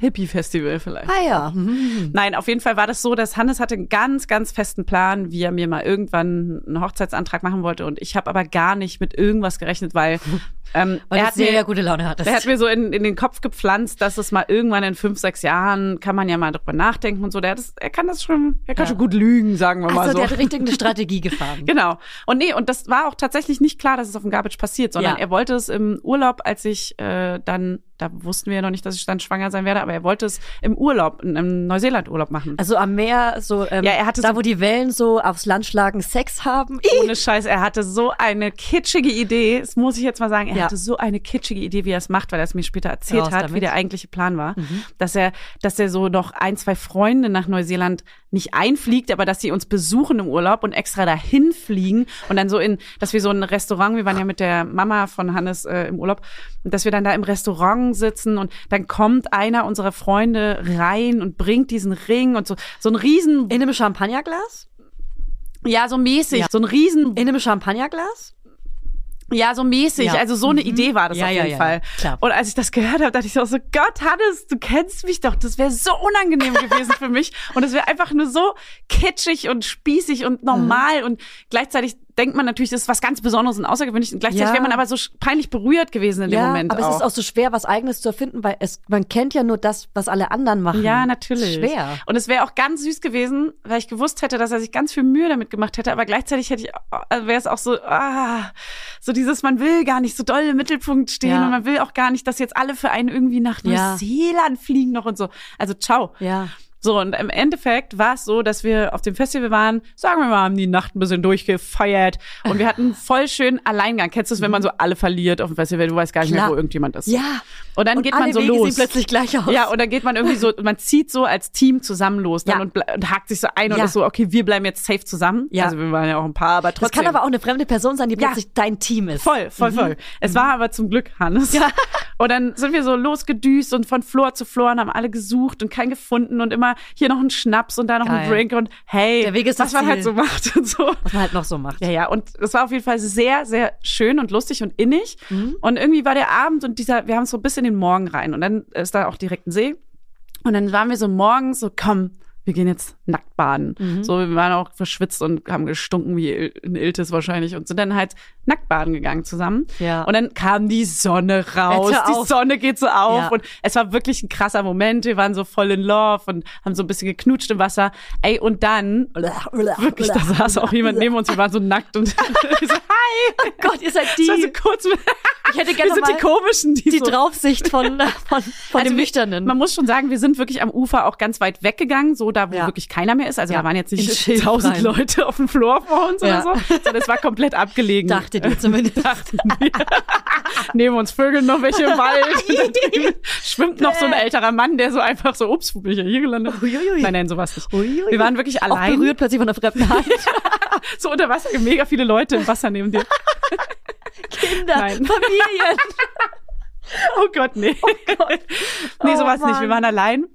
S1: Hippie-Festival vielleicht.
S2: Ah ja. Mhm.
S1: Nein, auf jeden Fall war das so, dass Hannes hatte einen ganz, ganz festen Plan, wie er mir mal irgendwann einen Hochzeitsantrag machen wollte. Und ich habe aber gar nicht mit irgendwas gerechnet, weil ähm,
S2: Weil
S1: er
S2: du
S1: hat
S2: sehr
S1: mir,
S2: gute Laune hattest.
S1: Der hat mir so in, in den Kopf gepflanzt, dass es mal irgendwann in fünf, sechs Jahren kann man ja mal drüber nachdenken und so. Der hat das, er kann das schon, er kann
S2: Ja.
S1: schon gut lügen, sagen wir mal
S2: Achso,
S1: so.
S2: der hat richtig eine Strategie gefahren.
S1: Genau. Und nee, und das war auch tatsächlich nicht klar, dass es auf dem Garbage passiert, sondern
S2: Ja.
S1: er wollte es im Urlaub, als ich äh, dann, da wussten wir ja noch nicht, dass ich dann schwanger sein werde, aber er wollte es im Urlaub, in einem Neuseeland-Urlaub machen.
S2: Also am Meer, so ähm,
S1: Ja, er hatte
S2: da,
S1: so-
S2: wo die Wellen so aufs Land schlagen, Sex haben.
S1: Ohne Scheiß, er hatte so eine kitschige Idee, das muss ich jetzt mal sagen, er
S2: Ja.
S1: hatte so eine kitschige Idee, wie er es macht, weil er es mir später erzählt
S2: Raus
S1: hat, wie
S2: damit. Mhm.
S1: der eigentliche Plan war, dass er, dass er so noch ein, zwei Freunde nach Neuseeland nicht einfliegt, aber dass sie uns besuchen im Urlaub und extra dahin fliegen und dann so in, dass wir so ein Restaurant, wir waren ja mit der Mama von Hannes äh, im Urlaub, und dass wir dann da im Restaurant sitzen und dann kommt einer unserer Freunde rein und bringt diesen Ring und so, so ein riesen,
S2: In einem Champagnerglas?
S1: ja, so mäßig,
S2: Ja.
S1: so ein riesen
S2: In einem Champagnerglas?
S1: Ja, so mäßig.
S2: Ja. Mhm.
S1: Also so eine Idee war das
S2: Ja,
S1: auf
S2: ja,
S1: jeden
S2: ja,
S1: Fall.
S2: ja. Klar.
S1: Und als ich das gehört habe, dachte ich auch so, Gott, Hannes, du kennst mich doch. Das wäre so unangenehm gewesen
S2: Mhm.
S1: für mich. Und es wäre einfach nur so kitschig und spießig und normal und gleichzeitig denkt man natürlich, das ist was ganz Besonderes und Außergewöhnliches. Und gleichzeitig
S2: Ja.
S1: wäre man aber so sch- peinlich berührt gewesen in dem
S2: ja,
S1: Moment
S2: aber
S1: auch.
S2: es ist auch so schwer, was Eigenes zu erfinden, weil es, man kennt ja nur das, was alle anderen machen.
S1: Ja, natürlich.
S2: Schwer.
S1: Und es wäre auch ganz süß gewesen, weil ich gewusst hätte, dass er sich ganz viel Mühe damit gemacht hätte, aber gleichzeitig hätte ich, also wäre es auch so, ah, so dieses, man will gar nicht so doll im Mittelpunkt stehen
S2: Ja.
S1: und man will auch gar nicht, dass jetzt alle für einen irgendwie nach
S2: Ja.
S1: Neuseeland fliegen noch und so. Also ciao.
S2: Ja.
S1: So, und im Endeffekt war es so, dass wir auf dem Festival waren, sagen wir mal, haben die Nacht ein bisschen durchgefeiert und wir hatten voll schön Alleingang. Kennst du es, wenn man so alle verliert auf dem Festival, du weißt gar nicht
S2: Klar.
S1: mehr, wo irgendjemand ist.
S2: Ja.
S1: Und dann
S2: Und
S1: geht
S2: alle
S1: man so
S2: Wege
S1: los.
S2: sehen plötzlich gleich aus.
S1: Ja, und dann geht man irgendwie so, man zieht so als Team zusammen los dann
S2: Ja.
S1: und, ble- und hakt sich so ein und
S2: Ja.
S1: ist so, okay, wir bleiben jetzt safe zusammen.
S2: Ja.
S1: Also wir waren ja auch ein paar, aber
S2: Das
S1: trotzdem.
S2: kann aber auch eine fremde Person sein, die
S1: Ja.
S2: plötzlich dein Team ist.
S1: Voll, voll, voll. Es war aber zum Glück Hannes.
S2: Mhm. Ja.
S1: Und dann sind wir so losgedüst und von Floor zu Floor und haben alle gesucht und keinen gefunden und immer hier noch einen Schnaps und da noch einen
S2: Geil.
S1: Drink und hey,
S2: Der Weg ist
S1: was
S2: das
S1: man halt so
S2: Ziel.
S1: macht und so.
S2: Was man halt noch so macht.
S1: Ja, ja, und es war auf jeden Fall sehr, sehr schön und lustig und innig.
S2: Mhm.
S1: Und irgendwie war der Abend und dieser, wir haben so bis in den Morgen rein. Und dann ist da auch direkt ein See. Und dann waren wir so morgens so, komm, wir gehen jetzt nackt baden.
S2: Mhm.
S1: So, wir waren auch verschwitzt und haben gestunken wie Il- in Iltis wahrscheinlich und sind dann halt nackt baden gegangen zusammen.
S2: Ja.
S1: Und dann kam die Sonne raus.
S2: Hör
S1: Die
S2: auf.
S1: Sonne geht so auf.
S2: Ja.
S1: Und es war wirklich ein krasser Moment. Wir waren so voll in Love und haben so ein bisschen geknutscht im Wasser. Ey, und dann Wirklich, da saß auch jemand neben uns, wir waren so nackt und ich so, hi!
S2: Oh Gott, ihr seid
S1: Das
S2: die.
S1: war so kurz, wir
S2: ich hätte gerne
S1: sind
S2: mal
S1: die Komischen, die,
S2: die
S1: so,
S2: Draufsicht von, äh, von, von
S1: Also
S2: dem
S1: wir-
S2: Nüchternen.
S1: Man muss schon sagen, wir sind wirklich am Ufer auch ganz weit weggegangen, so da, wo
S2: Ja.
S1: wirklich keiner mehr ist. Also
S2: Ja.
S1: da waren jetzt
S2: In
S1: nicht
S2: Schilf
S1: tausend
S2: rein.
S1: Leute auf dem Floor vor uns
S2: Ja.
S1: oder so, sondern es war komplett abgelegen.
S2: Dachtet ihr zumindest.
S1: Dachten wir. Nehmen uns Vögel noch welche im Wald. Und dann drüben schwimmt noch so ein älterer Mann, der so einfach so, ups, wo bin ich ja hier gelandet?
S2: Uiuiui.
S1: Nein, nein, sowas nicht.
S2: Uiuiui.
S1: Wir waren wirklich
S2: Auch
S1: allein.
S2: berührt plötzlich von der fremden Hand.
S1: So unter Wasser, mega viele Leute im Wasser neben dir.
S2: Kinder,
S1: Nein.
S2: Familien.
S1: Oh Gott, nee. nee,
S2: Oh
S1: sowas nicht. Wir
S2: Mann.
S1: waren allein.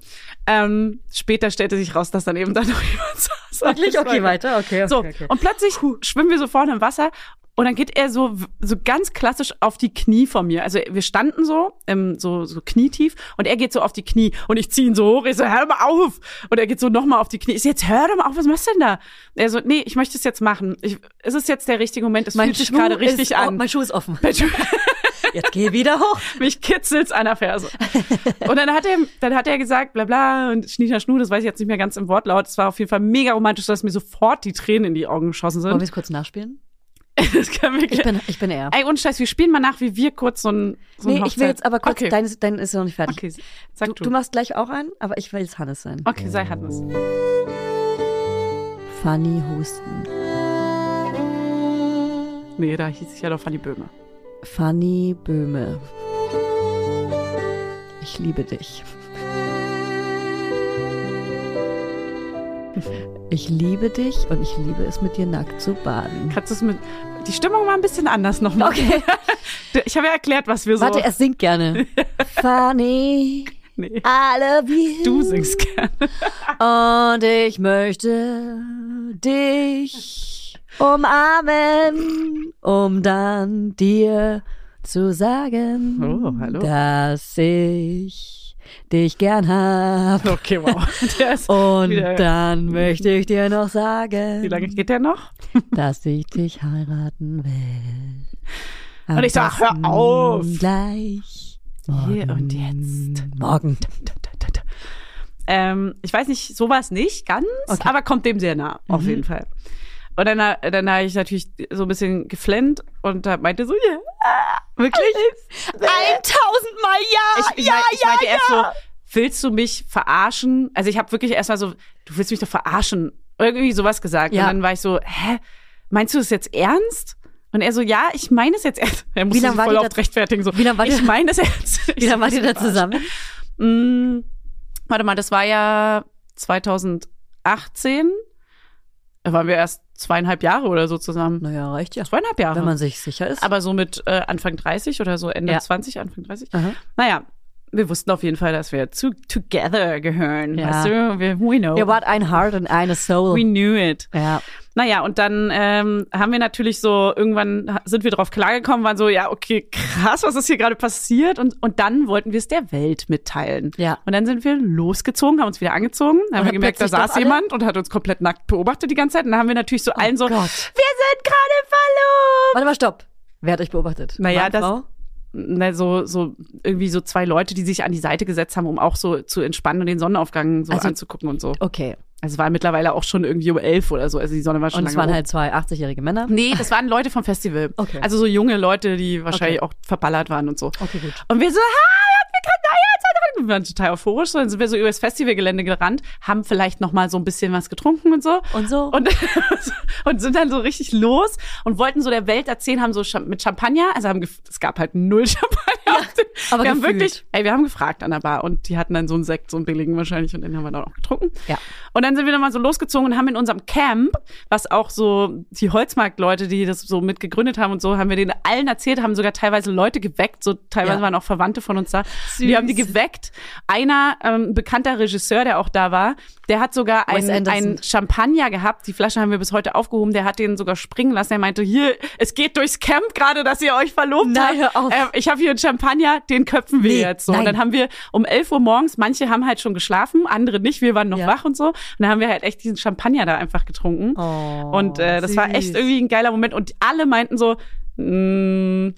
S1: Ähm, später stellte sich raus, dass dann eben da noch jemand saß.
S2: Wirklich?
S1: Das war-
S2: Okay, weiter. Okay, okay,
S1: So,
S2: okay.
S1: und plötzlich schwimmen wir so vorne im Wasser und dann geht er so, so ganz klassisch auf die Knie von mir. Also wir standen so, ähm, so, so knietief und er geht so auf die Knie und ich ziehe ihn so hoch. Ich so, hör doch mal auf. Und er geht so nochmal auf die Knie. Ich so, jetzt hör doch mal auf, was machst du denn da? Er so, nee, ich möchte es jetzt machen. Ich, es ist jetzt der richtige Moment. Es fühlt sich gerade richtig
S2: ist, oh,
S1: an.
S2: mein Schuh ist offen.
S1: Mein Schuh-
S2: Jetzt geh wieder hoch.
S1: mich kitzelt's an der Ferse. Und dann hat er, dann hat er gesagt, bla bla und Schnieter Schnu, das weiß ich jetzt nicht mehr ganz im Wortlaut. Es war auf jeden Fall mega romantisch, dass mir sofort die Tränen in die Augen geschossen
S2: Wollen wir
S1: sind.
S2: es kurz nachspielen?
S1: Das kann
S2: Oh, Ich
S1: wirklich.
S2: bin, ich bin er.
S1: Ey, und Scheiß, wir spielen mal nach, wie wir kurz so ein, so ein
S2: nee, ich will
S1: Hochzeit-
S2: jetzt aber kurz,
S1: Okay,
S2: dein, ist- dein ist noch nicht fertig.
S1: okay. sag
S2: Du,
S1: du.
S2: du machst gleich auch einen, aber ich will jetzt Hannes sein.
S1: okay, sei Hannes.
S2: Fanny Husten.
S1: Nee, da hieß ich ja doch Fanny Böhme.
S2: Fanny Böhme. Ich liebe dich. Ich liebe dich und ich liebe es, mit dir nackt zu baden.
S1: Kannst du es mit. Die Stimmung war ein bisschen anders nochmal.
S2: Okay.
S1: Ich habe ja erklärt, was wir so.
S2: Warte, er singt gerne. Fanny,
S1: nee,
S2: I love you.
S1: du singst gerne.
S2: Und ich möchte dich umarmen, um dann dir zu sagen,
S1: Oh, hallo.
S2: dass ich dich gern hab.
S1: Okay, wow. Der ist
S2: Und
S1: Oh, wieder-
S2: dann möchte ich dir noch
S1: Wie lange
S2: sagen,
S1: geht der noch?
S2: dass ich dich heiraten will.
S1: Und ich so, ach, hör
S2: besten
S1: auf.
S2: Gleich.
S1: Hier und
S2: morgen. Morgen.
S1: Ähm, ich weiß nicht, sowas nicht ganz,
S2: Okay. Mhm.
S1: aber kommt dem sehr nah, auf jeden Fall. Und dann, äh, dann habe ich natürlich so ein bisschen geflennt und da meinte so, ja,
S2: Wirklich? 1000 Mal ja,
S1: ich, ich,
S2: Ah, ja,
S1: mei- ich
S2: ja,
S1: meinte
S2: ja.
S1: erst so, willst du mich verarschen? Also ich habe wirklich erstmal so, du willst mich doch verarschen. Irgendwie sowas gesagt.
S2: Ja.
S1: Und dann war ich so, hä? Meinst du das jetzt ernst? Und er so, ja, ich meine es jetzt ernst. Er musste
S2: lange
S1: sich
S2: wart
S1: voll
S2: ihr
S1: oft
S2: da-
S1: rechtfertigen. So,
S2: Wie lange wart
S1: ich
S2: ihr-
S1: meine es ernst. Ich
S2: Wie
S1: so,
S2: lange wart ihr da zusammen?
S1: Mm, warte mal, das war ja 2018. Da waren wir erst zweieinhalb Jahre oder so zusammen.
S2: Naja, reicht ja.
S1: Zweieinhalb Jahre.
S2: Wenn man sich sicher ist.
S1: Aber so mit äh, Anfang 30 oder so, Ende
S2: Ja.
S1: 20, Anfang 30.
S2: Aha.
S1: Naja, wir wussten auf jeden Fall, dass wir zu together gehören.
S2: Ja.
S1: Weißt du? Wir, we know.
S2: Ihr wart ein Heart und eine Soul.
S1: we knew it.
S2: ja.
S1: Naja, und dann ähm, haben wir natürlich so, irgendwann ha- sind wir drauf klargekommen, waren so, ja, okay, krass, was ist hier gerade passiert? Und, und dann wollten wir es der Welt mitteilen.
S2: Ja.
S1: Und dann sind wir losgezogen, haben uns wieder angezogen, dann haben
S2: hat
S1: wir gemerkt, da
S2: plötzlich doch
S1: saß
S2: alle- Oh
S1: jemand und hat uns komplett nackt beobachtet die ganze Zeit. Und dann haben wir natürlich so allen so,
S2: Gott.
S1: wir sind gerade verlobt.
S2: Warte mal, stopp. Wer hat euch beobachtet?
S1: Naja,
S2: Mann,
S1: das-
S2: Frau?
S1: na, Ne, so, so irgendwie so zwei Leute, die sich an die Seite gesetzt haben, um auch so zu entspannen und den Sonnenaufgang so
S2: Also-
S1: anzugucken und so.
S2: Okay.
S1: Also es war mittlerweile auch schon irgendwie um elf oder so. Also die Sonne war schon
S2: Und
S1: lange
S2: es waren
S1: hoch.
S2: halt zwei 80-jährige Männer.
S1: Nee, das waren Leute vom Festival.
S2: Okay.
S1: Also so junge Leute, die wahrscheinlich
S2: Okay.
S1: auch verballert waren und so.
S2: Okay, gut.
S1: Und wir so, ha, ihr habt mir gerade neue Zeit Wir waren total euphorisch. So, Dann sind wir so übers Festivalgelände gerannt, haben vielleicht noch mal so ein bisschen was getrunken und so.
S2: Und so.
S1: Und, und sind dann so richtig los und wollten so der Welt erzählen, haben so Cham- mit Champagner, also haben gef- es gab halt null Champagner. auf dem-
S2: aber
S1: wir haben
S2: gefühlt.
S1: wirklich, ey, wir haben gefragt an der Bar und die hatten dann so einen Sekt, so einen billigen wahrscheinlich und den haben wir dann auch getrunken.
S2: Ja.
S1: Und dann sind wir nochmal so losgezogen und haben in unserem Camp, was auch so die Holzmarktleute, die das so mit gegründet haben und so, haben wir denen allen erzählt, haben sogar teilweise Leute geweckt, so teilweise
S2: Ja.
S1: waren auch Verwandte von uns da. Wir haben die geweckt. Einer, ähm, bekannter Regisseur, der auch da war, der hat sogar
S2: Wes
S1: einen,
S2: Anderson.
S1: einen Champagner gehabt. Die Flasche haben wir bis heute aufgehoben. Der hat den sogar springen lassen. Er meinte, hier, es geht durchs Camp gerade, dass ihr euch verlobt
S2: Nein,
S1: habt.
S2: hör auf.
S1: Ähm, ich habe hier einen Champagner, den köpfen wir
S2: Nee,
S1: jetzt. So.
S2: nein.
S1: Und dann haben wir um 11 Uhr morgens, manche haben halt schon geschlafen, andere nicht. Wir waren noch
S2: Ja.
S1: wach und so. Und dann haben wir halt echt diesen Champagner da einfach getrunken.
S2: Oh,
S1: und äh, das war echt
S2: süß.
S1: irgendwie ein geiler Moment. Und alle meinten so, mh,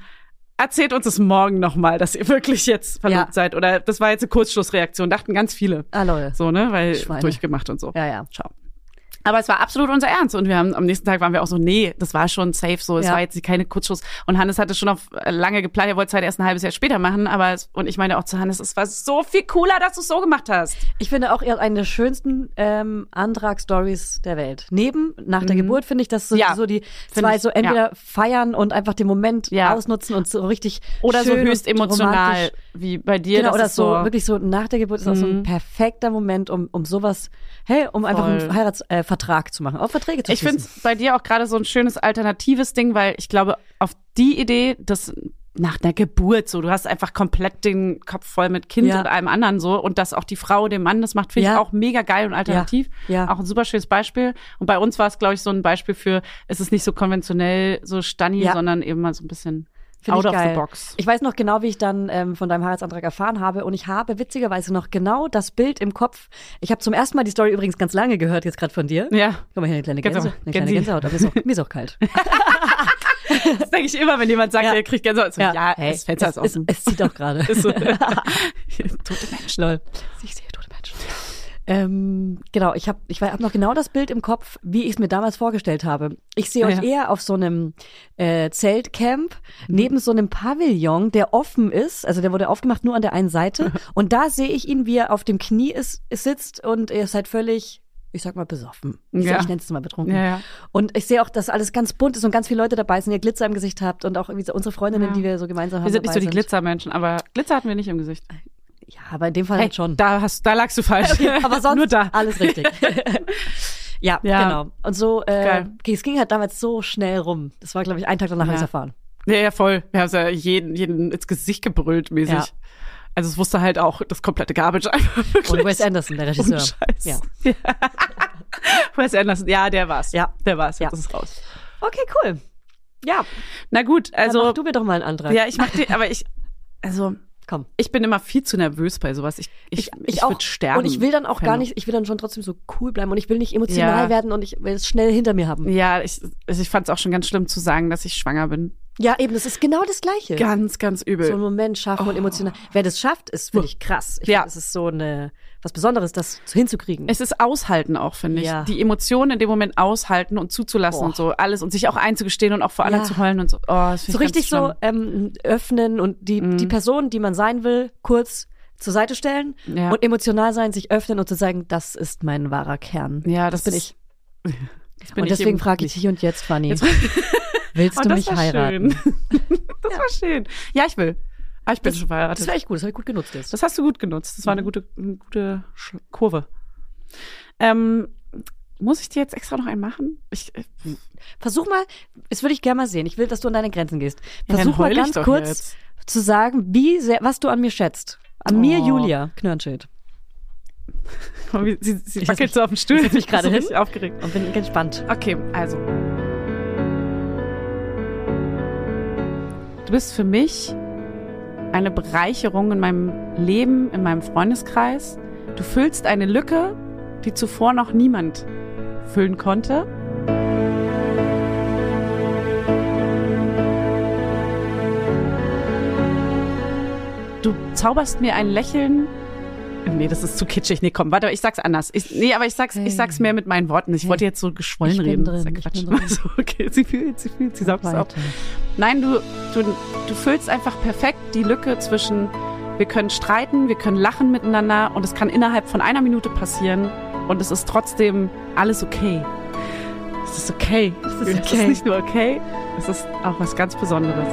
S1: erzählt uns es morgen nochmal, dass ihr wirklich jetzt verlobt
S2: Ja.
S1: seid. Oder das war jetzt eine Kurzschlussreaktion, dachten ganz viele.
S2: Ah, lol.
S1: So, ne? Weil
S2: Schweine.
S1: durchgemacht und so.
S2: Ja, ja.
S1: Ciao. Aber es war absolut unser Ernst. Und wir haben am nächsten Tag waren wir auch so, nee, das war schon safe so. Es
S2: Ja.
S1: war jetzt keine Kurzschuss. Und Hannes hatte schon auf äh, lange geplant, er wollte es halt erst ein halbes Jahr später machen. Aber es, und ich meine auch zu Hannes, es war so viel cooler, dass du es so gemacht hast.
S2: Ich finde auch, ihr habt eine der schönsten ähm, Antrag-Stories der Welt. Neben, nach der Geburt, finde ich, dass so,
S1: Mhm. Ja,
S2: so die
S1: find
S2: zwei
S1: ich,
S2: so entweder feiern und einfach den Moment
S1: Ja.
S2: ausnutzen und so richtig
S1: Oder
S2: schön
S1: so höchst
S2: und
S1: emotional,
S2: romantisch.
S1: wie bei dir.
S2: Genau,
S1: das
S2: oder
S1: ist so, Mhm.
S2: so, wirklich so nach der Geburt ist auch so ein perfekter Moment, um, um sowas, hey, um einfach einen
S1: Voll.
S2: Heiratsvertrag äh, Vertrag zu machen, auch Verträge zu
S1: Ich
S2: schließen.
S1: finde es bei dir auch gerade so ein schönes alternatives Ding, weil ich glaube, auf die Idee, dass nach einer Geburt so, du hast einfach komplett den Kopf voll mit Kind
S2: Ja.
S1: und allem anderen so und dass auch die Frau dem Mann das macht, finde ich
S2: Ja.
S1: auch mega geil und alternativ.
S2: Ja. Ja.
S1: Auch ein super schönes Beispiel. Und bei uns war es, glaube ich, so ein Beispiel für, es ist nicht so konventionell, so Stani,
S2: Ja.
S1: sondern eben mal so ein bisschen
S2: Find
S1: out
S2: ich
S1: of
S2: geil.
S1: the box.
S2: Ich weiß noch genau, wie ich dann ähm, von deinem Heiratsantrag erfahren habe und ich habe witzigerweise noch genau das Bild im Kopf. Ich habe zum ersten Mal die Story übrigens ganz lange gehört, jetzt gerade von dir.
S1: ja,
S2: Guck mal hier, eine kleine,
S1: Gänse-
S2: Gänse, eine kleine
S1: Gänse.
S2: Gänsehaut, aber mir ist auch, mir ist auch kalt.
S1: das denke ich immer, wenn jemand sagt,
S2: Ja.
S1: er kriegt Gänsehaut. So, ja,
S2: hey,
S1: das Fenster ist
S2: es, halt
S1: offen.
S2: es, es zieht auch gerade.
S1: Ist so.
S2: tote Menschen. Lol. Ich sehe tote Menschen. Ähm, genau, ich habe ich hab noch genau das Bild im Kopf, wie ich es mir damals vorgestellt habe. Ich sehe
S1: Ja,
S2: euch
S1: ja.
S2: eher auf so einem äh, Zeltcamp neben so einem Pavillon, der offen ist, also der wurde aufgemacht nur an der einen Seite. und da sehe ich ihn, wie er auf dem Knie ist, sitzt und er ist halt völlig, ich sag mal, besoffen. Ich,
S1: Ja.
S2: ich nenne es mal betrunken.
S1: Ja, ja.
S2: Und ich sehe auch, dass alles ganz bunt ist und ganz viele Leute dabei sind, die Glitzer im Gesicht habt und auch irgendwie so unsere Freundinnen,
S1: Ja.
S2: die wir so gemeinsam haben.
S1: Wir sind nicht
S2: dabei
S1: so die Glitzermenschen, aber Glitzer hatten wir nicht im Gesicht.
S2: Ja, aber in dem Fall
S1: Hey,
S2: halt schon.
S1: Da, hast, da lagst du falsch.
S2: aber sonst
S1: Nur da.
S2: alles richtig. ja,
S1: Ja.
S2: genau. Und so, äh,
S1: Geil.
S2: es ging halt damals so schnell rum. Das war, glaube ich, einen Tag danach,
S1: Ja.
S2: habe ich erfahren.
S1: Ja, ja, voll. Wir haben es ja jeden, jeden ins Gesicht gebrüllt mäßig.
S2: Ja.
S1: Also es wusste halt auch das komplette Garbage einfach wirklich.
S2: Und Wes Anderson, der
S1: Ohne
S2: Regisseur.
S1: Scheiß.
S2: Ja.
S1: Ja. Wes Anderson, ja, der war's.
S2: Ja.
S1: Der war's, jetzt
S2: Ja.
S1: ist es raus.
S2: Okay, cool. Ja,
S1: Na gut,
S2: also
S1: also,
S2: mach du mir doch mal einen Antrag.
S1: ja, ich mach dir, aber ich, also,
S2: Komm.
S1: ich bin immer viel zu nervös bei sowas. Ich, ich, ich, würd sterben.
S2: Und ich will dann auch gar
S1: Keine-
S2: nicht, ich will dann schon trotzdem so cool bleiben und ich will nicht emotional
S1: Ja.
S2: werden und ich will es schnell hinter mir haben.
S1: Ja, ich, also ich fand's auch schon ganz schlimm zu sagen, dass ich schwanger bin.
S2: Ja, eben, das ist genau das Gleiche.
S1: Ganz, ganz übel.
S2: so einen Moment schaffen und emotional. Wer das schafft, ist wirklich krass. Ich
S1: Oh. Hm. Ja.
S2: ja. Es ist so eine was Besonderes, das hinzukriegen.
S1: Es ist aushalten auch, finde ich.
S2: Ja.
S1: Die Emotionen in dem Moment aushalten und zuzulassen
S2: Boah.
S1: und so alles und sich auch einzugestehen und auch vor anderen
S2: Ja.
S1: zu heulen und so. Oh, das find
S2: so
S1: ich ganz Mhm.
S2: richtig so
S1: schlimm.
S2: ähm, öffnen und die, die Person, die man sein will, kurz zur Seite stellen
S1: Ja.
S2: und emotional sein, sich öffnen und zu sagen, das ist mein wahrer Kern.
S1: Ja, das,
S2: bin
S1: ist-
S2: ich.
S1: Das bin
S2: und deswegen
S1: eben
S2: frage ich
S1: nicht.
S2: dich und jetzt, Fanny, willst
S1: Oh,
S2: du
S1: das
S2: mich
S1: war
S2: heiraten?
S1: Schön. das war schön. Ja, ich will. Ah, ich bin schon verheiratet.
S2: Das war echt Mhm. gut, das habe ich gut genutzt jetzt.
S1: Das hast du gut genutzt. Das war eine gute, eine gute Sch- Kurve. Ähm, muss ich dir jetzt extra noch einen machen? Ich, äh,
S2: Versuch mal, das würde ich gerne mal sehen. Ich will, dass du an deine Grenzen gehst.
S1: dann
S2: Versuch mal
S1: heul ich
S2: ganz
S1: doch
S2: kurz
S1: jetzt.
S2: zu sagen, wie sehr, was du an mir schätzt. An mir,
S1: Oh.
S2: Julia Knörnschild.
S1: Sie, sie
S2: Ich setz
S1: wackelt
S2: mich-
S1: so auf dem Stuhl.
S2: ich setz mich gerade
S1: Ist so
S2: hin.
S1: richtig aufgeregt.
S2: Und bin gespannt.
S1: Okay, also. Du bist für mich eine Bereicherung in meinem Leben, in meinem Freundeskreis. Du füllst eine Lücke, die zuvor noch niemand füllen konnte. Du zauberst mir ein Lächeln. Nee, das ist zu kitschig. Nee, komm, warte, ich sag's anders. Ich, nee, aber ich sag's, ich sag's mehr mit meinen Worten. Ich
S2: Hey.
S1: wollte jetzt so geschwollen
S2: Ich bin
S1: reden.
S2: drin,
S1: das ist ja
S2: ich
S1: Quatsch.
S2: bin drin.
S1: Also, okay, sie fühlt, sie fühlt, sie saugt es auf.
S2: Weiter.
S1: Nein, du, du, du füllst einfach perfekt die Lücke zwischen, wir können streiten, wir können lachen miteinander und es kann innerhalb von einer Minute passieren und es ist trotzdem alles okay. Es ist okay. Es ist,
S2: okay.
S1: nicht nur okay, es ist auch was ganz Besonderes.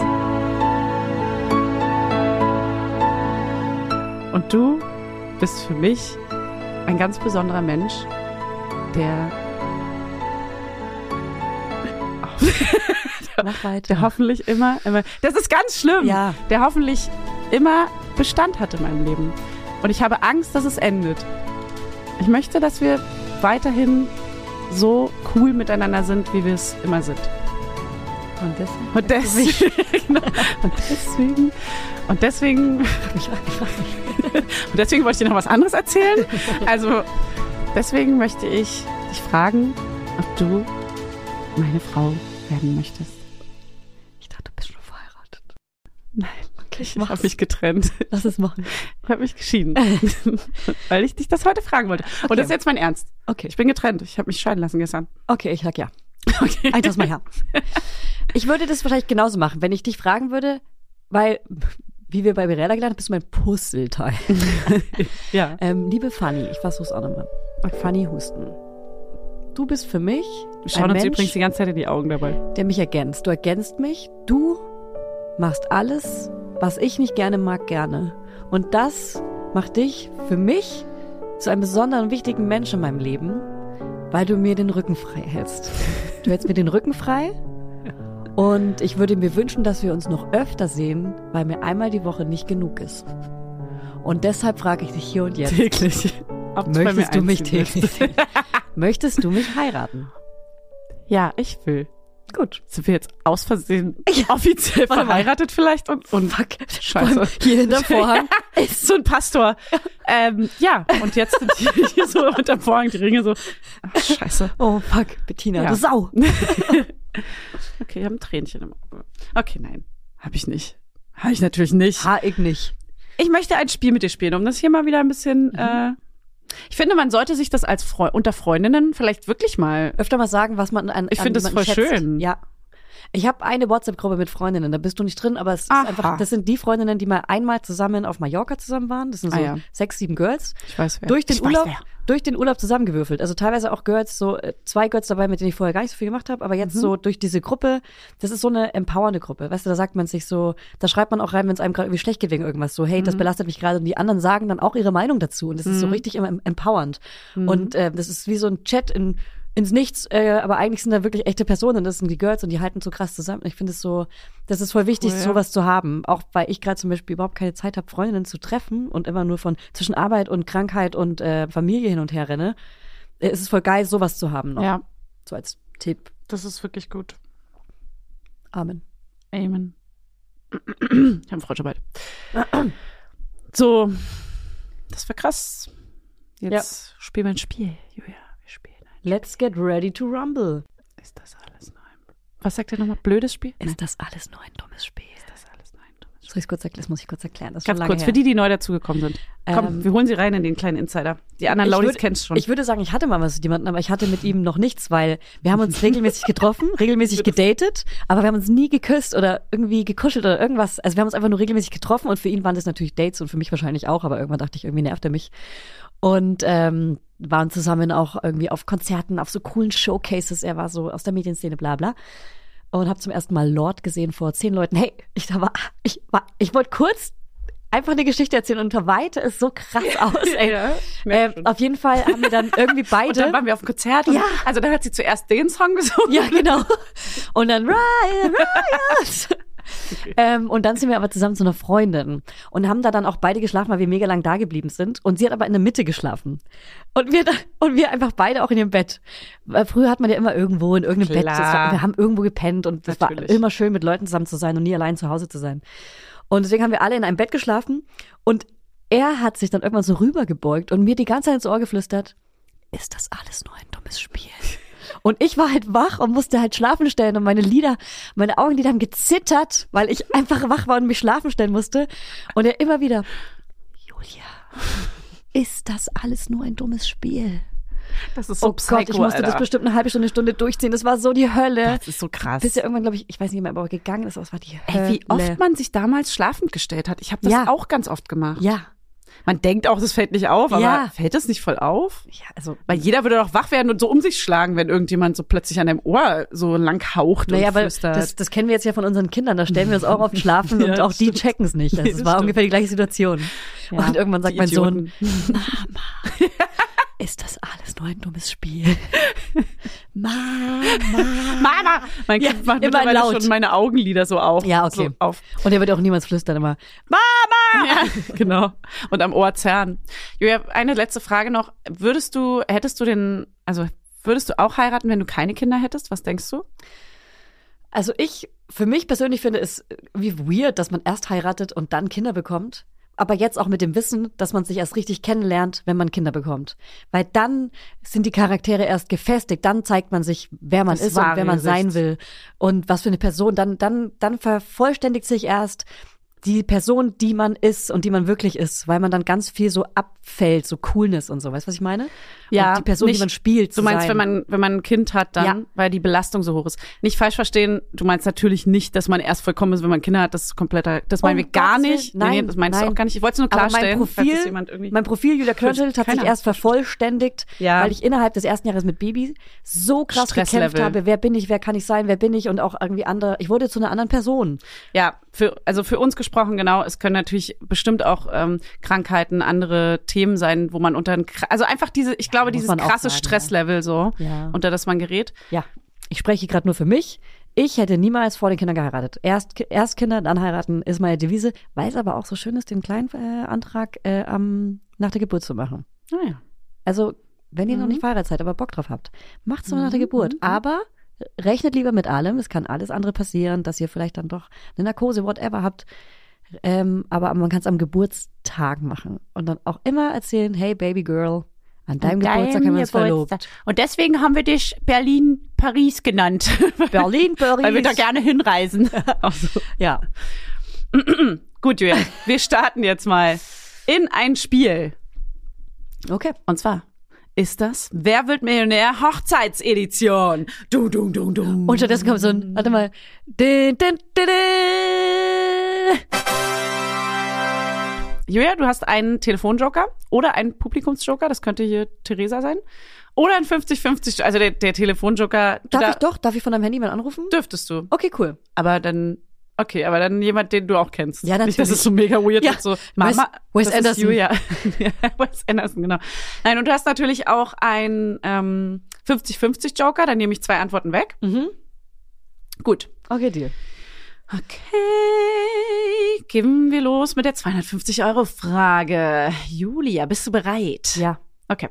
S1: Und du bist für mich ein ganz besonderer Mensch, der
S2: Mach weiter.
S1: der hoffentlich immer, immer, das ist ganz schlimm,
S2: Ja.
S1: der hoffentlich immer Bestand hat in meinem Leben. Und ich habe Angst, dass es endet. Ich möchte, dass wir weiterhin so cool miteinander sind, wie wir es immer sind.
S2: Und deswegen
S1: Und deswegen, genau, und deswegen, und deswegen, und
S2: hab ich angefangen.
S1: deswegen wollte ich dir noch was anderes erzählen. Also, deswegen möchte ich dich fragen, ob du meine Frau werden möchtest.
S2: Ich dachte, du bist schon verheiratet.
S1: Nein, ich
S2: mach's.
S1: habe mich getrennt.
S2: Lass es machen.
S1: Ich habe mich geschieden, weil ich dich das heute fragen wollte. Und das ist jetzt mein Ernst.
S2: Okay.
S1: Ich bin getrennt. Ich habe mich scheiden lassen gestern.
S2: Okay, ich sag ja.
S1: Okay.
S2: Ein das mal her. Ich würde das wahrscheinlich genauso machen, wenn ich dich fragen würde, weil, wie wir bei Mirella gelernt haben, bist du mein Puzzleteil.
S1: Ja.
S2: ähm, liebe Fanny, ich versuch's auch nochmal. Fanny Husten. Du bist für mich
S1: Wir
S2: ein
S1: schauen uns
S2: Mensch,
S1: übrigens die ganze Zeit in die Augen dabei.
S2: der mich ergänzt. Du ergänzt mich. Du machst alles, was ich nicht gerne mag, gerne. Und das macht dich für mich zu einem besonderen, wichtigen Mensch in meinem Leben, weil du mir den Rücken frei hältst. Du hältst mir den Rücken frei. Und ich würde mir wünschen, dass wir uns noch öfter sehen, weil mir einmal die Woche nicht genug ist. Und deshalb frage ich dich hier und jetzt,
S1: Täglich. Ob bei mir
S2: möchtest du mich
S1: einziehen willst.
S2: täglich sehen? Möchtest du mich heiraten?
S1: Ja, ich will.
S2: Gut.
S1: Sind wir jetzt aus Versehen offiziell
S2: Warte mal.
S1: verheiratet vielleicht? Und, und
S2: Fuck.
S1: Scheiße.
S2: Hier hinter Vorhang ist
S1: so ein Pastor. Ähm, ja, und jetzt sind hier, hier so unterm Vorhang die Ringe so. Ach, scheiße.
S2: Oh fuck, Bettina,
S1: Ja.
S2: du Sau.
S1: Okay, ich habe ein Tränchen im Auge. Okay, nein. Habe ich nicht. Habe ich natürlich nicht.
S2: Ha, ich nicht.
S1: Ich möchte ein Spiel mit dir spielen, um das hier mal wieder ein bisschen. Äh, ich finde, man sollte sich das als Freu unter Freundinnen vielleicht wirklich mal.
S2: Öfter mal sagen, was man an
S1: Ich
S2: an
S1: find das
S2: jemanden
S1: voll
S2: schätzt.
S1: schön.
S2: Ja. Ich habe eine WhatsApp-Gruppe mit Freundinnen, da bist du nicht drin, aber es ist
S1: Aha.
S2: einfach, das sind die Freundinnen, die mal einmal zusammen auf Mallorca zusammen waren. Das sind so
S1: Ah, ja.
S2: sechs, sieben Girls.
S1: Ich weiß wer.
S2: Durch den
S1: ich
S2: Urlaub,
S1: Weiß, wer.
S2: durch den Urlaub zusammengewürfelt. Also teilweise auch Girls, so äh, zwei Girls dabei, mit denen ich vorher gar nicht so viel gemacht habe, aber
S1: Mhm.
S2: jetzt so durch diese Gruppe, das ist so eine empowernde Gruppe. Weißt du, da sagt man sich so, da schreibt man auch rein, wenn es einem gerade irgendwie schlecht geht wegen irgendwas, so, hey,
S1: Mhm.
S2: das belastet mich gerade und die anderen sagen dann auch ihre Meinung dazu und das ist so richtig immer em- empowernd.
S1: Mhm.
S2: Und äh, das ist wie so ein Chat in ins Nichts, äh, aber eigentlich sind da wirklich echte Personen, das sind die Girls und die halten so krass zusammen. Ich finde es so, das ist voll wichtig,
S1: Cool, ja.
S2: sowas zu haben, auch weil ich gerade zum Beispiel überhaupt keine Zeit habe, Freundinnen zu treffen und immer nur von zwischen Arbeit und Krankheit und äh, Familie hin und her renne. Äh, Es ist voll geil, sowas zu haben noch.
S1: Ja,
S2: So als Tipp.
S1: das ist wirklich gut.
S2: Amen.
S1: Amen. Ich habe Freude bald. So, das war krass. Jetzt spielen wir ein Spiel, Julia. Wir spielen ein.
S2: Let's get ready to rumble.
S1: Ist das alles neu? Was sagt ihr nochmal? Blödes Spiel?
S2: Ist das alles nur ein dummes Spiel?
S1: Ist das alles neu? ein dummes Spiel?
S2: Soll ich's kurz erklären? Das muss ich kurz erklären. Das ist
S1: Ganz
S2: schon lange
S1: kurz,
S2: her.
S1: für die, die neu dazugekommen sind. Komm,
S2: Ähm,
S1: wir holen sie rein in den kleinen Insider. Die anderen
S2: Ich
S1: Laudis
S2: würd-
S1: kennst schon.
S2: Ich würde sagen, ich hatte mal was mit jemandem, aber ich hatte mit ihm noch nichts, weil wir haben uns regelmäßig getroffen, regelmäßig gedatet, aber wir haben uns nie geküsst oder irgendwie gekuschelt oder irgendwas. Also wir haben uns einfach nur regelmäßig getroffen und für ihn waren das natürlich Dates und für mich wahrscheinlich auch, aber irgendwann dachte ich, irgendwie nervt er mich. Und ähm, waren zusammen auch irgendwie auf Konzerten, auf so coolen Showcases. Er war so aus der Medienszene, bla bla. Und habe zum ersten Mal Lord gesehen vor zehn Leuten. Hey, ich da war, ich war, ich wollte kurz einfach eine Geschichte erzählen und weite es so krass aus. Ey.
S1: Ja, ich merk
S2: Ähm, auf jeden Fall haben wir dann irgendwie
S1: Und dann
S2: beide.
S1: waren wir auf dem Konzert. Und
S2: Ja.
S1: Also da hat sie zuerst den Song gesungen.
S2: Ja, genau. Und dann Ryan, Ryan. Ähm, und dann sind wir aber zusammen zu einer Freundin und haben da dann auch beide geschlafen, weil wir mega lang da geblieben sind. Und sie hat aber in der Mitte geschlafen. Und wir, und wir einfach beide auch in ihrem Bett. Weil früher hat man ja immer irgendwo in irgendeinem Bett.
S1: Klar.
S2: Das war, wir haben irgendwo gepennt und es war
S1: Natürlich.
S2: immer schön, mit Leuten zusammen zu sein und nie allein zu Hause zu sein. Und deswegen haben wir alle in einem Bett geschlafen und er hat sich dann irgendwann so rübergebeugt und mir die ganze Zeit ins Ohr geflüstert, ist das alles nur ein dummes Spiel? Und ich war halt wach und musste halt schlafen stellen und meine Lider, meine Augenlider haben gezittert, weil ich einfach wach war und mich schlafen stellen musste. Und er immer wieder, Julia, ist das alles nur ein dummes Spiel?
S1: Das ist so
S2: Oh
S1: Psycho,
S2: Gott, ich musste
S1: Alter.
S2: das bestimmt eine halbe Stunde, Stunde durchziehen. Das war so die Hölle.
S1: Das ist so krass.
S2: Bis er irgendwann, glaube ich, ich weiß nicht mehr, ob er gegangen ist, aber es war die Hölle.
S1: Ey, wie oft man sich damals schlafend gestellt hat. Ich habe das
S2: Ja.
S1: auch ganz oft gemacht.
S2: Ja,
S1: Man denkt auch, das fällt nicht auf, aber
S2: Ja.
S1: fällt das nicht voll auf?
S2: ja, also
S1: Weil jeder würde doch wach werden und so um sich schlagen, wenn irgendjemand so plötzlich an deinem Ohr so lang haucht
S2: Naja,
S1: und
S2: aber
S1: flüstert.
S2: das, das kennen wir jetzt ja von unseren Kindern. Da stellen wir uns auch auf den Schlafen
S1: Ja,
S2: und auch die
S1: stimmt.
S2: checken es nicht. Also
S1: Nee,
S2: es
S1: das
S2: war
S1: stimmt.
S2: ungefähr die gleiche Situation.
S1: Ja,
S2: und irgendwann sagt
S1: die
S2: mein
S1: Idioten.
S2: Sohn, Mama, ist das alles nur ein dummes Spiel? Mama.
S1: Mama! Mein
S2: Ja,
S1: Kind macht
S2: immer
S1: mittlerweile
S2: laut.
S1: schon meine Augenlider so auf.
S2: Ja, okay.
S1: So auf.
S2: Und er wird auch niemals flüstern immer.
S1: Mama! Ja, genau. Und am Ohr zerren. Julia, eine letzte Frage noch. Würdest du, hättest du den, also würdest du auch heiraten, wenn du keine Kinder hättest? Was denkst du?
S2: Also ich, für mich persönlich finde es äh, wie weird, dass man erst heiratet und dann Kinder bekommt. Aber jetzt auch mit dem Wissen, dass man sich erst richtig kennenlernt, wenn man Kinder bekommt. Weil dann sind die Charaktere erst gefestigt, dann zeigt man sich, wer man
S1: Das
S2: ist und
S1: wahre
S2: wer man sein
S1: Gesicht.
S2: will und was für eine Person. Dann, dann, dann vervollständigt sich erst die Person, die man ist und die man wirklich ist, weil man dann ganz viel so abfällt, so Coolness und so. Weißt du, was ich meine?
S1: Ja,
S2: Und die Person,
S1: nicht-
S2: die man spielt.
S1: Du
S2: zu
S1: meinst,
S2: sein.
S1: wenn man, wenn man ein Kind hat, dann,
S2: Ja.
S1: weil die Belastung so hoch ist. Nicht falsch verstehen, du meinst natürlich nicht, dass man erst vollkommen ist, wenn man Kinder hat, das ist kompletter, das meinen
S2: Um
S1: wir gar
S2: Gottes Willen,
S1: nicht.
S2: nein,
S1: das meinst du
S2: nein.
S1: auch gar nicht. Ich wollte es nur
S2: Aber mein
S1: klarstellen, falls es
S2: Profil,
S1: jemand irgendwie.
S2: mein Profil Julia Körtelt hat sich
S1: Keiner.
S2: erst vervollständigt,
S1: Ja.
S2: weil ich innerhalb des ersten Jahres mit Baby so krass
S1: Stresslevel.
S2: gekämpft habe, wer bin ich, wer kann ich sein, wer bin ich und auch irgendwie andere, ich wurde zu einer anderen Person.
S1: Ja, für, also für uns gesprochen, genau. Es können natürlich bestimmt auch ähm, Krankheiten, andere Themen sein, wo man unter ein, kra- also einfach diese, ich glaube,
S2: muss
S1: dieses
S2: man auch
S1: krasse
S2: sagen, ja.
S1: Stresslevel so,
S2: Ja.
S1: unter das man gerät.
S2: Ja, ich spreche gerade nur für mich. Ich hätte niemals vor den Kindern geheiratet. Erst, erst Kinder, dann heiraten ist meine Devise, weil es aber auch so schön ist, den kleinen äh, Antrag äh, am, nach der Geburt zu machen.
S1: Naja.
S2: Also, wenn ihr noch
S1: Mhm.
S2: nicht verheiratet seid, aber Bock drauf habt, macht's nur nach der
S1: Mhm,
S2: Geburt.
S1: mhm.
S2: Aber rechnet lieber mit allem. Es kann alles andere passieren, dass ihr vielleicht dann doch eine Narkose, whatever habt. Ähm, aber man kann es am Geburtstag machen und dann auch immer erzählen, hey Baby Girl, an deinem Geburtstag haben wir uns verlobt.
S1: Und deswegen haben wir dich Berlin Paris genannt.
S2: Berlin, Paris.
S1: Weil wir da gerne hinreisen. Auch so.
S2: ja.
S1: Gut, Julia, wir starten jetzt mal in ein Spiel.
S2: Okay.
S1: Und zwar ist das Wer wird Millionär Hochzeitsedition. Du, du, du, du.
S2: Unterdessen kommt so ein, warte mal. Din, din, din, din.
S1: Julia, du hast einen Telefonjoker oder einen Publikumsjoker, das könnte hier Theresa sein. Oder ein 50-50, also der, der Telefonjoker,
S2: Darf
S1: da
S2: ich doch, darf ich von deinem Handy mal anrufen?
S1: dürftest du.
S2: Okay, cool.
S1: Aber dann, okay, aber dann jemand, den du auch kennst.
S2: Ja,
S1: Nicht, das
S2: natürlich.
S1: ist so mega weird
S2: Ja,
S1: und so.
S2: Wes-
S1: Mama,
S2: Wes
S1: das
S2: Anderson.
S1: Ist Julia. ja, Wes Anderson, genau. Nein, und du hast natürlich auch einen ähm, 50-50 Joker, dann nehme ich zwei Antworten weg.
S2: Mhm.
S1: Gut.
S2: Okay, Deal.
S1: Okay, gehen wir los mit der 250-Euro-Frage. Julia, bist du bereit?
S2: Ja.
S1: Okay.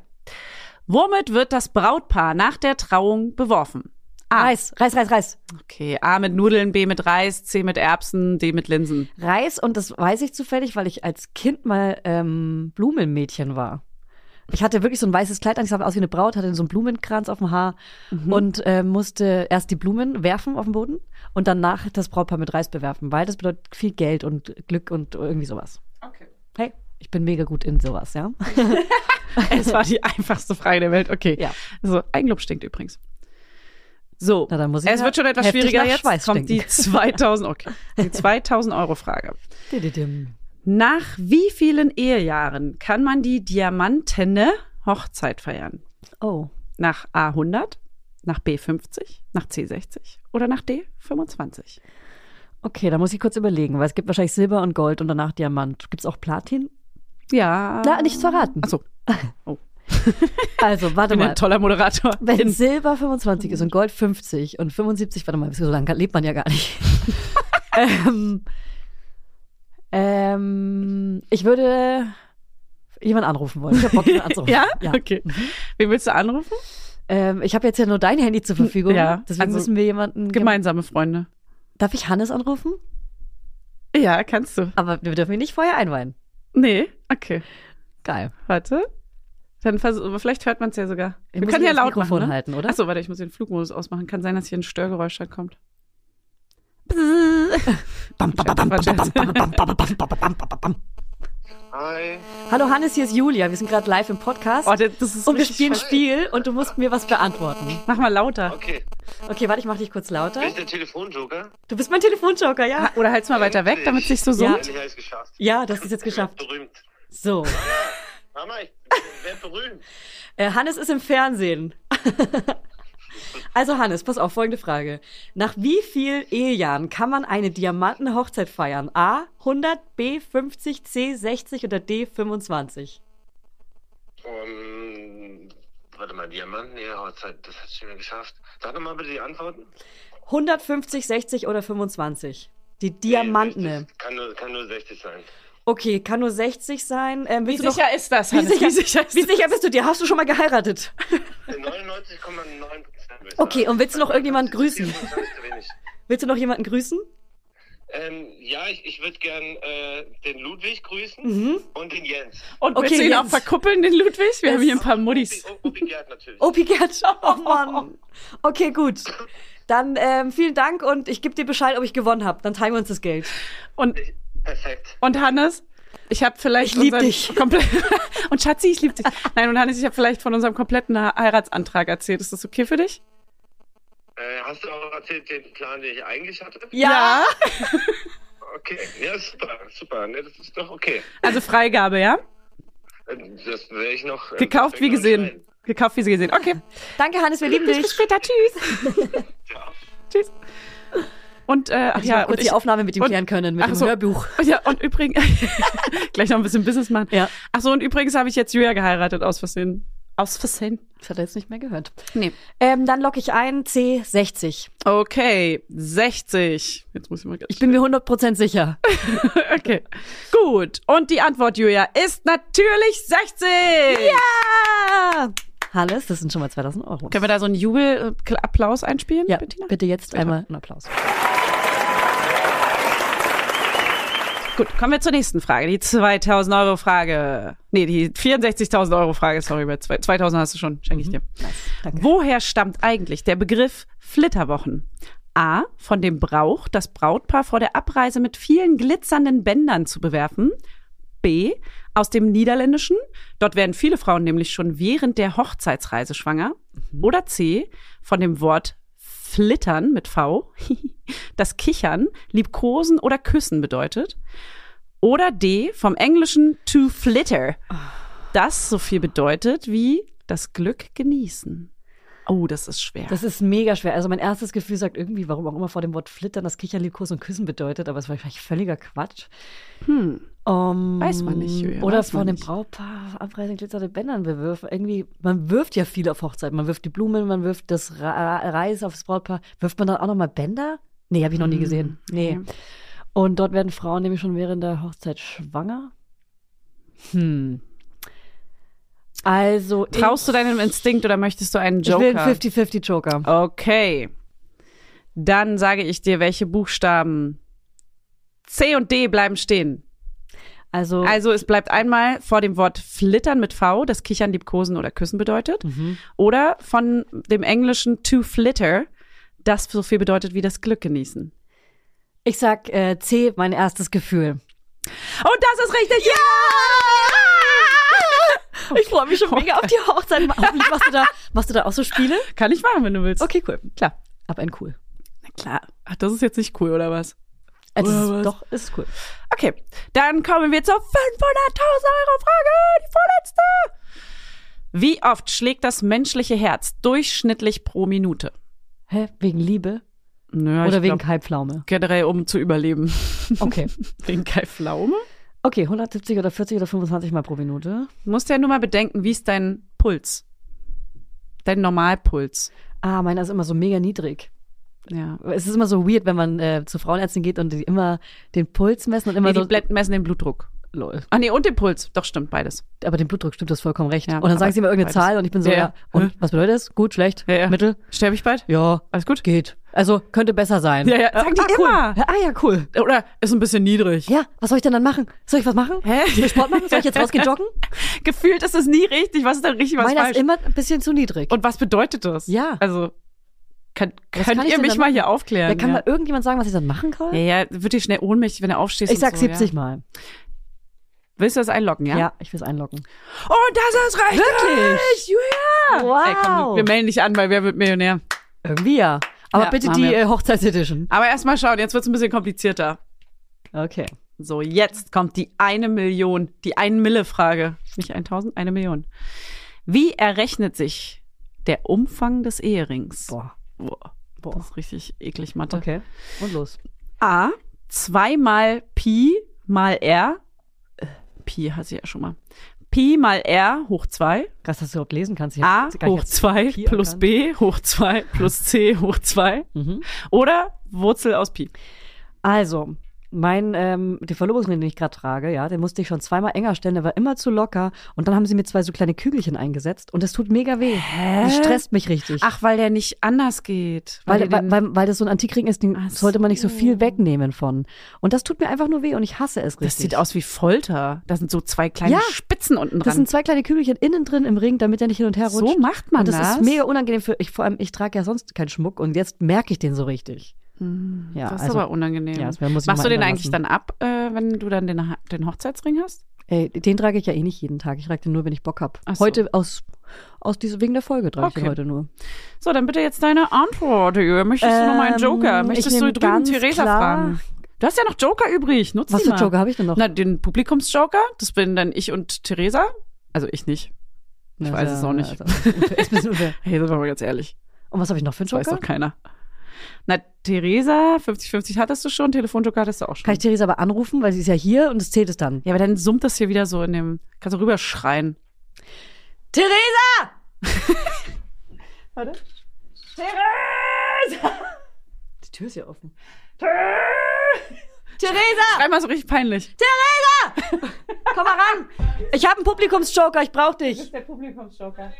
S1: Womit wird das Brautpaar nach der Trauung beworfen? Ah.
S2: Reis, Reis, Reis, Reis.
S1: Okay, A mit Nudeln, B mit Reis, C mit Erbsen, D mit Linsen.
S2: Reis und das weiß ich zufällig, weil ich als Kind mal ähm, Blumenmädchen war. Ich hatte wirklich so ein weißes Kleid an, ich sah aus wie eine Braut, hatte so einen Blumenkranz auf dem Haar
S1: Mhm.
S2: und äh, musste erst die Blumen werfen auf den Boden und danach das Brautpaar mit Reis bewerfen, weil das bedeutet viel Geld und Glück und irgendwie sowas.
S1: Okay.
S2: Hey, ich bin mega gut in sowas, ja?
S1: Es war die einfachste Frage der Welt. Okay.
S2: Ja.
S1: So, ein Glob stinkt übrigens. So.
S2: Na, dann muss ich
S1: es
S2: ja
S1: wird schon etwas
S2: heftig
S1: schwieriger
S2: nach
S1: jetzt.
S2: Schweiß
S1: kommt die
S2: stinken.
S1: 2000, okay. Die 2000 Euro Frage.
S2: Dididim.
S1: Nach wie vielen Ehejahren kann man die diamantene Hochzeit feiern?
S2: Oh,
S1: Nach A 100, nach B 50, nach C 60 oder nach D 25?
S2: okay, da muss ich kurz überlegen, weil es gibt wahrscheinlich Silber und Gold und danach Diamant. Gibt es auch Platin?
S1: Ja.
S2: Na, nichts verraten.
S1: Achso,
S2: Also, warte
S1: bin
S2: mal.
S1: ein toller Moderator.
S2: Wenn Silber 25 ist und Gold 50 und 75, warte mal, so lange lebt man ja gar nicht. ähm, ähm, ich würde jemanden anrufen wollen. Ich habe Bock, jemanden anzurufen.
S1: Ja?
S2: Ja. Mhm.
S1: Okay. Wen willst du anrufen?
S2: Ähm, ich habe jetzt ja nur dein Handy zur Verfügung.
S1: Ja,
S2: Deswegen
S1: also
S2: müssen wir jemanden.
S1: Gemeinsame Freunde.
S2: Darf ich Hannes anrufen?
S1: Ja, kannst du.
S2: Aber wir dürfen ihn nicht vorher einweihen.
S1: Nee, okay.
S2: Geil.
S1: Warte. Dann vers aber vielleicht hört man es ja sogar.
S2: Ich
S1: wir
S2: muss
S1: können
S2: ihn
S1: ja
S2: ans
S1: laut
S2: Mikrofon
S1: machen. Ne?
S2: halten, oder?
S1: Achso, warte, ich muss den Flugmodus ausmachen. Kann sein, dass hier ein Störgeräusch dann kommt.
S2: Bam, bam, bam, bam, bam, bam, bam, bam, bam, bam, bam, bam, bam, bam, bam.
S5: Hi.
S2: Hallo Hannes, hier ist Julia. Wir sind gerade live im Podcast.
S1: Oh, das das ist
S2: und wir
S1: richtig
S2: spielen ein
S1: ver-
S2: Spiel und du musst mir was beantworten.
S1: Mach mal lauter.
S5: Okay.
S2: Okay, warte, ich mach dich kurz lauter.
S5: Bin ich der Telefonjoker?
S2: Du bist mein Telefonjoker, ja?
S1: Oder halt's mal weiter weg, damit es nicht so
S2: Ja.
S1: summt.
S5: Endlich habe ich es geschafft.
S2: Ja, das ist jetzt
S5: Ich
S2: geschafft.
S5: werd berühmt.
S2: So.
S5: Mama, ich werde berühmt.
S2: Äh, Hannes ist im Fernsehen. also Hannes, pass auf, folgende Frage. Nach wie viel Ehejahren kann man eine Diamantenhochzeit feiern? A 100, B 50, C 60 oder D 25?
S5: Um, warte mal, Diamanten, ja, oh, das hast du mir geschafft. Sag doch mal bitte die Antworten.
S2: 150, 60 oder 25? Die Diamantene.
S5: 60. Kann nur, kann nur 60 sein.
S2: Okay, kann nur 60 sein.
S1: Wie
S2: Ähm, willst du noch-
S1: sicher ist das,
S2: wie
S1: Hannes?
S2: sicher,
S1: Wie sicher ist
S2: wie sicher bist du dir? Hast du schon mal geheiratet?
S5: 99,9 Prozent.
S2: Okay, und willst du noch irgendjemanden grüßen? Willst du noch jemanden grüßen?
S5: Ähm, ja, ich, ich würde gern äh, den Ludwig grüßen
S2: Mhm.
S5: und den Jens.
S1: Und willst
S2: Okay,
S1: du ihn auch
S2: jetzt.
S1: verkuppeln, den Ludwig? Wir haben hier ein paar Muddis.
S5: Und, und den Gerd natürlich.
S2: Opi Gerd. Oh Mann. Okay, gut. Dann ähm, vielen Dank und ich gebe dir Bescheid, ob ich gewonnen habe. Dann teilen wir uns das Geld.
S1: Und,
S5: Perfekt.
S1: und Hannes, ich habe vielleicht
S2: Ich lieb
S1: unseren
S2: dich.
S1: komple- und Schatzi, ich liebe dich. Nein, und Hannes, ich habe vielleicht von unserem kompletten He- Heiratsantrag erzählt. Ist das okay für dich?
S5: Äh, hast du auch erzählt den Plan, den ich eigentlich hatte?
S2: Ja.
S5: Okay, ja, super, super. Ne, das ist doch okay.
S1: Also Freigabe, ja?
S5: Ähm, Das werde ich noch. äh,
S1: Gekauft
S5: werd
S1: wie
S5: ich noch
S1: gesehen.
S5: entscheiden.
S1: Gekauft wie sie gesehen. Okay.
S2: Danke, Hannes, wir lieben
S1: Bis
S2: dich.
S1: später. Tschüss.
S5: Ja.
S1: Tschüss. Und äh, ach
S2: Ich ja,
S1: ja,
S2: kurz
S1: und
S2: die
S1: ich,
S2: Aufnahme mit ihm
S1: und-
S2: klären können, mit
S1: ach
S2: dem
S1: so.
S2: Hörbuch.
S1: ja, und übrigens gleich noch ein bisschen Business machen.
S2: Ja.
S1: Ach so, und übrigens habe ich jetzt Julia geheiratet aus Versehen. Aus Versehen.
S2: Das hat er jetzt nicht mehr gehört.
S1: Nee.
S2: Ähm, dann locke ich ein C60.
S1: Okay, 60. Jetzt muss ich mal ganz
S2: Ich bin mir 100% sicher.
S1: Okay. Gut. Und die Antwort, Julia, ist natürlich 60.
S2: Ah. Hannes, das sind schon mal 2000 Euro.
S1: Können wir da so einen Jubelapplaus einspielen,
S2: ja,
S1: Bettina?
S2: bitte jetzt einmal einen Applaus.
S1: Gut, kommen wir zur nächsten Frage. Die 2000 Euro Frage. Nee, die 64.000 Euro Frage. Sorry, bei zwei- 2000 hast du schon. Schenke
S2: Mhm.
S1: ich dir.
S2: danke.
S1: Woher stammt eigentlich der Begriff Flitterwochen? A. Von dem Brauch, das Brautpaar vor der Abreise mit vielen glitzernden Bändern zu bewerfen. B. Aus dem Niederländischen. Dort werden viele Frauen nämlich schon während der Hochzeitsreise schwanger. Oder C. Von dem Wort flittern mit V, das Kichern, Liebkosen oder Küssen bedeutet. Oder D. Vom Englischen to flitter, das so viel bedeutet wie das Glück genießen. Oh, das ist schwer.
S2: Das ist mega schwer. Also mein erstes Gefühl sagt irgendwie, warum auch immer vor dem Wort flittern, das Kicherliebkos und Küssen bedeutet, aber es war vielleicht völliger Quatsch. Hm.
S1: Weiß man nicht, Julia,
S2: Oder
S1: weiß man
S2: vor dem
S1: nicht.
S2: Brautpaar abreißen glitzernde Bändern. Wir wirfen irgendwie, man wirft ja viel auf Hochzeit. Man wirft die Blumen, man wirft das Ra Reis aufs Brautpaar. Wirft man dann auch nochmal Bänder? Nee, habe ich
S1: Hm,
S2: noch nie gesehen. Nee. Und dort werden Frauen nämlich schon während der Hochzeit schwanger. Hm. Also ich-
S1: Traust du deinem Instinkt oder möchtest du einen
S2: ich
S1: Joker? Oh.
S2: will einen 50-50 Joker.
S1: Okay. Dann sage ich dir, welche Buchstaben C und D bleiben stehen.
S2: Also,
S1: Also es bleibt einmal vor dem Wort flittern mit V, das Kichern, Liebkosen oder Küssen bedeutet. Oder von dem Englischen to flitter, das so viel bedeutet wie das Glück genießen.
S2: Ich sag äh, C, mein erstes Gefühl.
S1: Und das ist richtig! Ja!
S2: Ich freue mich schon mega auf die Hochzeit. Hoffentlich machst du da, machst du da auch so Spiele?
S1: Kann ich machen, wenn du willst.
S2: Okay, cool.
S1: klar.
S2: Ab ein cool.
S1: Na klar. Ach, das ist jetzt nicht cool, oder was?
S2: Äh, das
S1: Oder
S2: ist,
S1: was?
S2: doch, ist cool.
S1: Okay, dann kommen wir zur 500.000 Euro Frage, die vorletzte. Wie oft schlägt das menschliche Herz durchschnittlich pro Minute?
S2: Hä? Wegen Liebe?
S1: Nö,
S2: Oder
S1: ich
S2: wegen
S1: glaub,
S2: Kalbpflaume?
S1: generell, um zu überleben.
S2: Okay.
S1: wegen Kai Pflaume?
S2: Okay, 170 oder 40 oder 25 Mal pro Minute.
S1: Du musst ja nur mal bedenken, wie ist dein Puls? Dein Normalpuls.
S2: Ah, meiner ist immer so mega niedrig.
S1: Ja.
S2: Es ist immer so weird, wenn man äh, zu Frauenärzten geht und die immer den Puls messen und immer
S1: Nee, die
S2: so.
S1: Blätten messen den Blutdruck.
S2: Lol.
S1: Ach nee, und den Puls. Doch, stimmt, beides.
S2: Aber den Blutdruck stimmt das vollkommen recht.
S1: Ja,
S2: und dann sagen
S1: aber
S2: sie immer irgendeine
S1: beides.
S2: Zahl und ich bin so,
S1: Ja,
S2: ja.
S1: ja.
S2: Und
S1: Hä?
S2: was bedeutet das? Gut, schlecht,
S1: Ja, ja.
S2: Mittel?
S1: Sterbe ich bald?
S2: Ja.
S1: Alles gut?
S2: Geht. Also könnte besser sein.
S1: Ja, ja, sagen die
S2: ah,
S1: immer.
S2: Cool. Ah ja, cool.
S1: Oder ist ein bisschen niedrig.
S2: Ja, was soll ich denn dann machen? Soll ich was machen?
S1: Hä?
S2: Soll ich Sport machen? Soll ich jetzt rausgehen joggen?
S1: Gefühlt ist es nie richtig. Was ist denn richtig, was
S2: Meiner
S1: falsch?
S2: ist immer ein bisschen zu niedrig.
S1: Und was bedeutet das?
S2: Ja.
S1: Also, kann,
S2: Was
S1: könnt
S2: kann ich
S1: ihr
S2: denn
S1: mich
S2: dann
S1: mal hier
S2: Da
S1: aufklären?
S2: kann
S1: ja.
S2: mal irgendjemand sagen, was ich dann machen kann?
S1: ja, ja, wird dir schnell ohnmächtig, wenn du aufstehst.
S2: ich sag
S1: und so,
S2: 70
S1: Ja.
S2: Mal.
S1: Willst du das einloggen, ja?
S2: Ja, ich will es einloggen.
S1: Und das ist richtig!
S2: Wirklich?
S1: Ja!
S2: Wow.
S1: Ey, komm, wir melden dich an bei Wer wird Millionär.
S2: Irgendwie ja. Aber
S1: Ja,
S2: bitte
S1: machen
S2: die
S1: wir.
S2: äh, Hochzeitsedition.
S1: Aber erstmal schauen, jetzt wird's ein bisschen komplizierter.
S2: Okay.
S1: So, jetzt kommt die eine Million, die ein Mille-Frage. Nicht 1000, eine Million. Wie errechnet sich der Umfang des Eherings?
S2: Boah.
S1: Boah,
S2: Boah.
S1: das ist richtig eklig, Mathe.
S2: Okay. Und los.
S1: A, 2 mal Pi mal R. Äh, Pi hatte ich ja schon mal. Pi mal R hoch 2.
S2: Krass, dass du überhaupt lesen kannst. Ich
S1: A
S2: hab gar nicht
S1: hoch
S2: jetzt-
S1: 2
S2: Pi
S1: plus
S2: erkannt.
S1: B hoch 2 plus C hoch 2.
S2: Mhm.
S1: Oder Wurzel aus Pi.
S2: Also, mein, ähm, die Verlobungsring, den ich gerade trage, ja, den musste ich schon zweimal enger stellen, der war immer zu locker. Und dann haben sie mir zwei so kleine Kügelchen eingesetzt und das tut mega weh.
S1: Hä?
S2: Das stresst mich richtig.
S1: Ach, weil der nicht anders geht.
S2: Weil,
S1: ihr den-
S2: weil, weil, weil das so ein Antikring ist, den
S1: Ach
S2: sollte man nicht so
S1: so.
S2: viel wegnehmen von. Und das tut mir einfach nur weh und ich hasse es richtig.
S1: das sieht aus wie Folter. Da sind so zwei kleine
S2: Ja.
S1: Spitzen unten
S2: Das
S1: dran.
S2: sind zwei kleine Kügelchen innen drin im Ring, damit er nicht hin und her rutscht.
S1: so macht man
S2: und das,
S1: das.
S2: ist mega unangenehm für ich vor allem ich trage ja sonst keinen Schmuck und jetzt merke ich den so richtig.
S1: Hm.
S2: Ja,
S1: das ist
S2: also,
S1: aber unangenehm.
S2: ja, das muss
S1: Machst
S2: ich mal
S1: du den
S2: ändern
S1: eigentlich
S2: lassen.
S1: dann ab, äh, wenn du dann den, Ha- den Hochzeitsring hast?
S2: ey, den trage ich ja eh nicht jeden Tag. Ich trage den nur, wenn ich Bock hab.
S1: Ach so.
S2: Heute aus aus diese, wegen der Folge trage ich
S1: Okay.
S2: den heute nur.
S1: So, dann bitte jetzt deine Antwort. Jürgen. Möchtest du noch mal einen
S2: Ähm,
S1: Joker? Möchtest
S2: ich
S1: du
S2: nehm
S1: drüben
S2: ganz
S1: Theresa
S2: klar-
S1: fragen? Du hast ja noch Joker übrig. Nutz
S2: Was
S1: die
S2: für
S1: mal.
S2: Joker habe ich denn noch?
S1: Na, den Publikumsjoker. Das bin dann ich und Theresa. Also ich nicht. ich weiß es auch nicht.
S2: Also, ist ein bisschen unfair.
S1: Hey, sind wir mal ganz ehrlich.
S2: und was habe ich noch für einen
S1: Das weiß
S2: Joker?
S1: doch keiner. Na, Theresa, 50-50 hattest du schon, Telefonjoker hattest du auch schon.
S2: Kann ich Theresa aber anrufen, weil sie ist ja hier und es zählt es dann.
S1: ja, aber dann summt das hier wieder so in dem. Kannst du rüberschreien.
S2: Theresa! Die Tür ist ja offen. Theresa!
S1: Schrei mal so richtig peinlich.
S2: Komm mal ran! Ich habe einen Publikumsjoker, ich brauche dich.
S1: Der Publikumsjoker.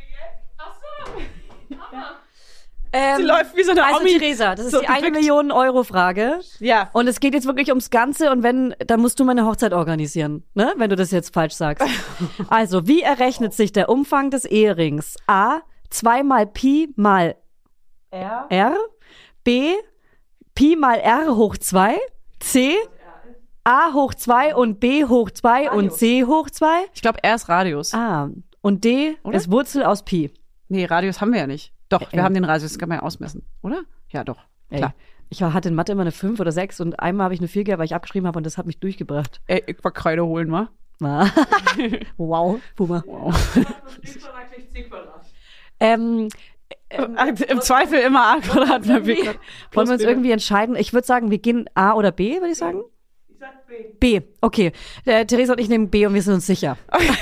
S2: Ähm,
S1: Sie läuft wie so eine
S2: also
S1: Omi.
S2: Theresa, das ist
S1: So
S2: die eine
S1: gedrückt.
S2: Million Euro Frage.
S1: Ja.
S2: Und es geht jetzt wirklich ums Ganze und wenn, dann musst du meine Hochzeit organisieren, ne? Wenn du das jetzt falsch sagst. Also, wie errechnet sich der Umfang des Eherings? A, 2 mal Pi mal R. B, Pi mal R hoch 2. C, A hoch 2 und B hoch 2 und C hoch 2.
S1: Ich glaube, er ist Radius.
S2: A. Und D
S1: Oder?
S2: ist Wurzel aus Pi.
S1: Nee, Radius haben wir ja nicht. Doch, wir
S2: Äh,
S1: haben den Radius, das kann man ja ausmessen, oder? Ja, doch.
S2: Ey,
S1: Klar.
S2: ich war- hatte in Mathe immer eine 5 oder 6 und einmal habe ich eine 4 gehabt, weil ich abgeschrieben habe und das hat mich durchgebracht.
S1: Ey, ich war Kreide holen, wa?
S2: wow, Puma.
S1: Wow.
S2: Ähm,
S1: Äh, Im Zweifel immer A Quadrat mal B Quadrat.
S2: wollen wir uns
S1: B.
S2: irgendwie entscheiden? Ich würde sagen, wir gehen A oder B, würde ich sagen? Ich sag B. B, okay. Äh, Theresa und ich nehmen B und wir sind uns sicher.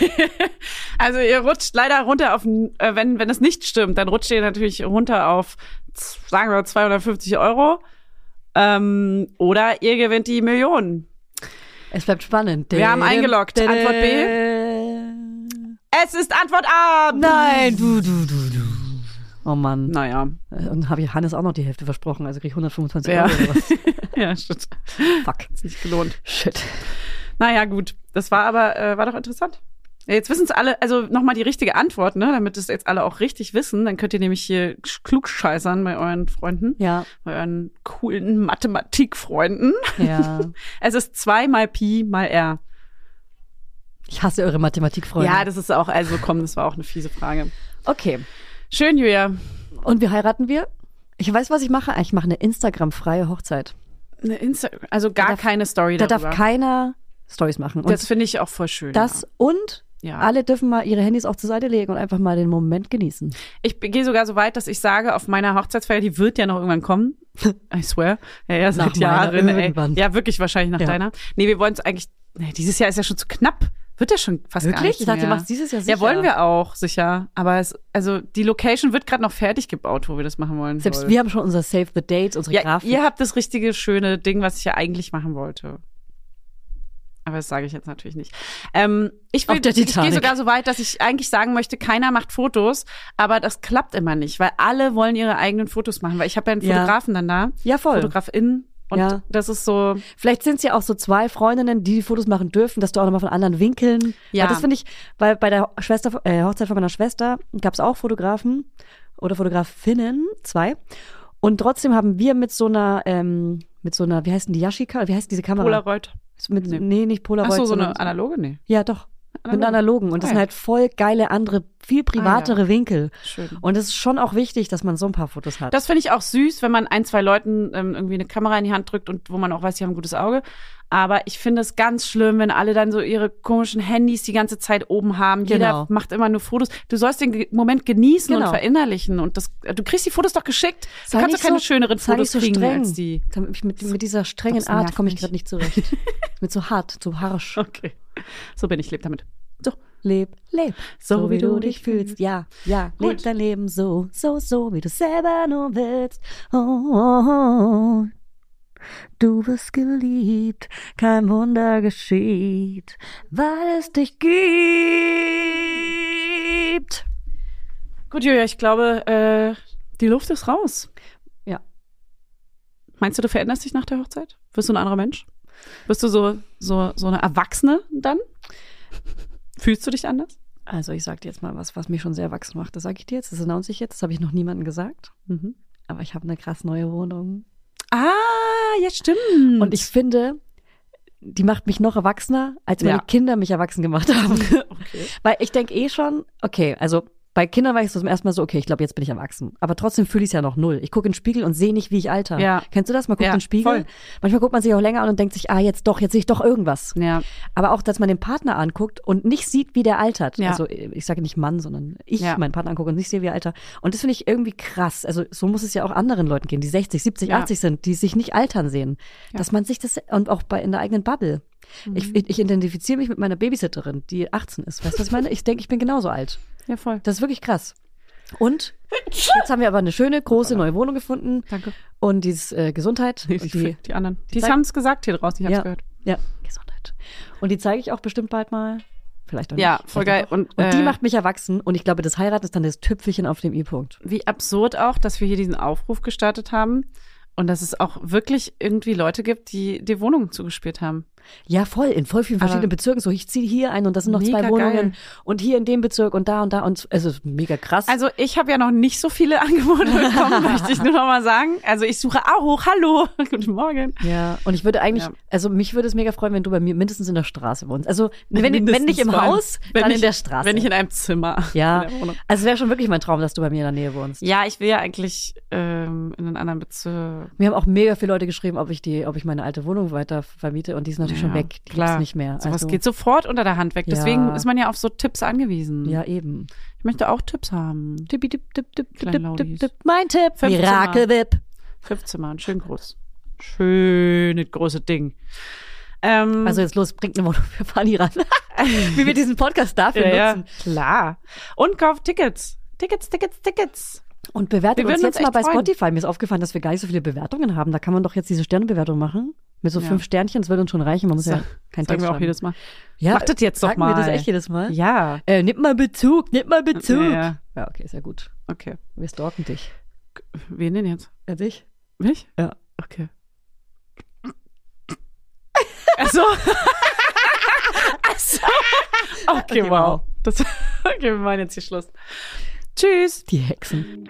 S1: Also ihr rutscht leider runter auf, äh, wenn, wenn es nicht stimmt, dann rutscht ihr natürlich runter auf, z- sagen wir mal, 250 Euro. Ähm, oder ihr gewinnt die Millionen.
S2: Es bleibt spannend.
S1: Wir haben eingeloggt. Antwort
S2: B.
S1: Es ist Antwort A.
S2: Nein, du, du, du, du. Oh Mann.
S1: Naja,
S2: Äh, Und habe ich Hannes auch noch die Hälfte versprochen, also krieg ich 125
S1: Ja.
S2: Euro oder was.
S1: ja, stimmt.
S2: Fuck.
S1: Ist nicht gelohnt.
S2: Shit.
S1: Naja, gut. Das war aber, äh, war doch interessant. Ja, Jetzt wissen es alle, also nochmal die richtige Antwort, ne? damit es jetzt alle auch richtig wissen. Dann könnt ihr nämlich hier klug scheißern bei euren Freunden,
S2: Ja,
S1: bei euren coolen Mathematikfreunden.
S2: ja.
S1: Es ist 2 mal Pi mal R.
S2: Ich hasse eure Mathematikfreunde.
S1: Ja, das ist auch, also komm, das war auch eine fiese Frage.
S2: okay.
S1: Schön, Julia.
S2: Und wie heiraten wir? Ich weiß, was ich mache. Ich mache eine Instagram-freie Hochzeit.
S1: Eine Insta also gar
S2: darf-
S1: keine Story
S2: Da
S1: darüber.
S2: darf keiner Stories machen. Und
S1: das finde ich auch voll schön.
S2: Das und
S1: Ja.
S2: alle dürfen mal ihre Handys auch zur Seite legen und einfach mal den Moment genießen.
S1: Ich gehe sogar so weit, dass ich sage, auf meiner Hochzeitsfeier, die wird ja noch irgendwann kommen. I swear. Ja, ja seit
S2: Nach meiner
S1: Jahren. Ey.
S2: irgendwann.
S1: Ja, wirklich wahrscheinlich nach
S2: Ja.
S1: deiner. Nee, wir wollen es eigentlich. Nee, dieses Jahr ist ja schon zu knapp. Wird ja schon fast gar
S2: Wirklich?
S1: nicht
S2: Ich dachte, ihr
S1: mehr.
S2: macht dieses Jahr sicher.
S1: Ja, wollen wir auch, sicher. Aber es, also die Location wird gerade noch fertig gebaut, wo wir das machen wollen.
S2: Selbst
S1: soll.
S2: wir haben schon unser Save the Date, unsere
S1: Ja,
S2: Grafik.
S1: ihr habt das richtige, schöne Ding, was ich ja eigentlich machen wollte. Aber das sage ich jetzt natürlich nicht. Ähm, ich will-
S2: Auf der
S1: ich gehe
S2: Titanic.
S1: sogar so weit, dass ich eigentlich sagen möchte, keiner macht Fotos, aber das klappt immer nicht, weil alle wollen ihre eigenen Fotos machen, weil ich habe ja einen
S2: Ja.
S1: Fotografen dann da,
S2: ja voll.
S1: Fotografin und
S2: Ja.
S1: das ist so,
S2: Vielleicht sind es ja auch so zwei Freundinnen, die die Fotos machen dürfen, dass du auch nochmal von anderen Winkeln.
S1: Ja.
S2: Weil das finde ich, weil bei der Schwester, äh, Hochzeit von meiner Schwester gab es auch Fotografen oder Fotografinnen, zwei. Und trotzdem haben wir mit so einer, ähm, mit so einer, wie heißt denn die Yashica? Wie heißt diese Kamera?
S1: Polaroid.
S2: Mit,
S1: Nee.
S2: nee. nicht Polaroid.
S1: Ach so, so eine
S2: sondern-
S1: analoge? Nee.
S2: Ja, doch. Mit
S1: Analoge.
S2: analogen. Und das
S1: Ah,
S2: sind
S1: ja. Ah,
S2: halt voll geile andere, viel privatere Winkel.
S1: Schön.
S2: Und es ist schon auch wichtig, dass man so ein paar Fotos hat.
S1: Das finde ich auch süß, wenn man ein, zwei Leuten ähm, irgendwie eine Kamera in die Hand drückt und wo man auch weiß, die haben ein gutes Auge. Aber ich finde es ganz schlimm, wenn alle dann so ihre komischen Handys die ganze Zeit oben haben. Jeder
S2: Genau.
S1: macht immer nur Fotos. Du sollst den Ge- Moment genießen und
S2: Genau.
S1: verinnerlichen. Und das, äh, du kriegst die Fotos doch geschickt. Du
S2: Sei
S1: kannst doch
S2: nicht
S1: keine
S2: so-
S1: schöneren
S2: sei
S1: Fotos
S2: nicht so
S1: kriegen
S2: streng.
S1: als die.
S2: Damit ich mit, mit dieser strengen
S1: Das
S2: Art
S1: nervt
S2: komme ich
S1: mich.
S2: gerade nicht zurecht. mit so hart, so harsch.
S1: Okay. So bin ich, leb damit.
S2: Leb, leb, so, wie du dich fühlst. Ja, ja, leb
S1: Gut.
S2: dein Leben so, so, so, wie du selber nur willst. Oh, oh, oh. Du wirst geliebt, kein Wunder geschieht, weil es dich gibt.
S1: Gut, Julia, ich glaube, äh, die Luft ist raus.
S2: Ja.
S1: Meinst du, du veränderst dich nach der Hochzeit? Wirst du ein anderer Mensch? Wirst du so, so, so eine Erwachsene dann? Fühlst du dich anders?
S2: Also ich sag dir jetzt mal was, was mich schon sehr erwachsen macht. Das sage ich dir jetzt, das announce ich jetzt, das habe ich noch niemandem gesagt. Aber ich habe eine krass neue Wohnung.
S1: Ah, ja, stimmt.
S2: Und ich finde, die macht mich noch erwachsener, als meine
S1: Ja.
S2: Kinder mich erwachsen gemacht haben.
S1: Okay.
S2: Weil ich denke eh schon, okay, also bei Kindern war ich so zum ersten Mal so, okay, ich glaube, jetzt bin ich erwachsen. Aber trotzdem fühle ich es ja noch null. Ich gucke in den Spiegel und sehe nicht, wie ich alter.
S1: Ja.
S2: Kennst du das? Man guckt
S1: Ja,
S2: in den Spiegel.
S1: voll.
S2: Manchmal guckt man sich auch länger an und denkt sich, ah, jetzt doch, jetzt sehe ich doch irgendwas.
S1: Ja.
S2: Aber auch, dass man den Partner anguckt und nicht sieht, wie der altert.
S1: Ja.
S2: Also ich sage nicht Mann, sondern ich
S1: Ja.
S2: meinen Partner angucke und nicht sehe, wie er altert. Und das finde ich irgendwie krass. Also so muss es ja auch anderen Leuten gehen, die 60, 70,
S1: Ja.
S2: 80 sind, die sich nicht altern sehen. Dass man sich das, und auch bei, in der eigenen Bubble.
S1: Mhm.
S2: Ich, ich identifiziere mich mit meiner Babysitterin, die 18 ist. Weißt du, was ich meine? Ich denke, ich bin genauso alt.
S1: Ja, voll.
S2: Das ist wirklich krass. Und jetzt haben wir aber eine schöne, große, neue Wohnung gefunden.
S1: Danke.
S2: Und dieses äh, Gesundheit,
S1: Die,
S2: die,
S1: die anderen. Die
S2: Zeit-
S1: haben es gesagt hier draußen, ich hab's
S2: Ja.
S1: gehört.
S2: ja, Gesundheit. Und die zeige ich auch bestimmt bald mal. Vielleicht auch
S1: Ja,
S2: nicht.
S1: voll geil.
S2: Vielleicht auch.
S1: Und,
S2: Und die
S1: äh,
S2: macht mich erwachsen. Und ich glaube, das Heiraten ist dann das Tüpfelchen auf dem I-Punkt.
S1: wie absurd auch, dass wir hier diesen Aufruf gestartet haben und dass es auch wirklich irgendwie Leute gibt, die die Wohnungen zugespielt haben.
S2: Ja, voll, in voll vielen
S1: Aber-
S2: verschiedenen Bezirken. So, ich ziehe hier ein und das sind noch
S1: Mega
S2: zwei Wohnungen.
S1: geil.
S2: Und hier in dem Bezirk und da und da. Und es ist mega krass.
S1: Also ich habe ja noch nicht so viele Angebote bekommen, möchte ich nur noch mal sagen. Also ich suche auch hoch. Hallo, guten Morgen.
S2: Ja, und ich würde eigentlich,
S1: Ja.
S2: also mich würde es mega freuen, wenn du bei mir mindestens in der Straße wohnst. Also wenn, wenn
S1: Mindestens
S2: nicht im
S1: vor allem.
S2: Haus,
S1: Wenn
S2: dann
S1: nicht-
S2: in der Straße.
S1: Wenn ich in einem Zimmer.
S2: ja,
S1: In der Wohnung.
S2: also es wäre schon wirklich mein Traum, dass du bei mir in der Nähe wohnst.
S1: Ja, ich will ja eigentlich ähm, in einen anderen Bezirk.
S2: Mir haben auch mega viele Leute geschrieben, ob ich die, ob ich meine alte Wohnung weiter vermiete und die ist natürlich
S1: Ja,
S2: schon weg. Die
S1: klar.
S2: ist nicht mehr. Also,
S1: Sowas geht sofort unter der Hand weg. Deswegen
S2: Ja.
S1: ist man also ja auf so Tipps angewiesen.
S2: Ja, eben.
S1: Ich möchte auch Tipps haben.
S2: Tippi, tipp, tipp, tipp, tipp,
S1: Kleine
S2: tipp, tipp,
S1: Laudis.
S2: tipp. Mein Tipp.
S1: Fünf Mhm.
S2: Mirakelwip.
S1: Fünf Zimmer und schön groß. Schönes große Ding. Ähm,
S2: Also jetzt los, bringt eine Wohnung für Fanny ran. Wie wir diesen Podcast dafür
S1: ja, ja,
S2: nutzen.
S1: klar. Und kauft Tickets. Tickets, Tickets, Tickets.
S2: Und
S1: Wir
S2: bewertet uns
S1: würden uns
S2: jetzt mal
S1: echt
S2: bei
S1: freuen.
S2: Spotify. Mir ist aufgefallen, dass wir gar nicht so viele Bewertungen haben. Da kann man doch jetzt diese Sternebewertung machen. Mit so
S1: Ja.
S2: fünf Sternchen, das würde uns schon reichen. Man muss ja
S1: Sag-
S2: kein
S1: Sagen
S2: Text
S1: wir auch
S2: schreiben.
S1: jedes Mal.
S2: ja,
S1: Macht das jetzt doch
S2: sagen
S1: mal.
S2: wir das echt jedes Mal?
S1: Ja.
S2: Äh, nimm mal Bezug, nimm mal Bezug.
S1: Ja,
S2: Ja, okay, ist ja gut.
S1: okay.
S2: Wir stalken dich.
S1: Wen denn jetzt?
S2: Ja, dich?
S1: Mich?
S2: Ja.
S1: Okay. Also. also. Okay,
S2: Okay,
S1: wow.
S2: wow.
S1: Das, okay, wir machen jetzt hier Schluss. Tschüss.
S2: Die Hexen.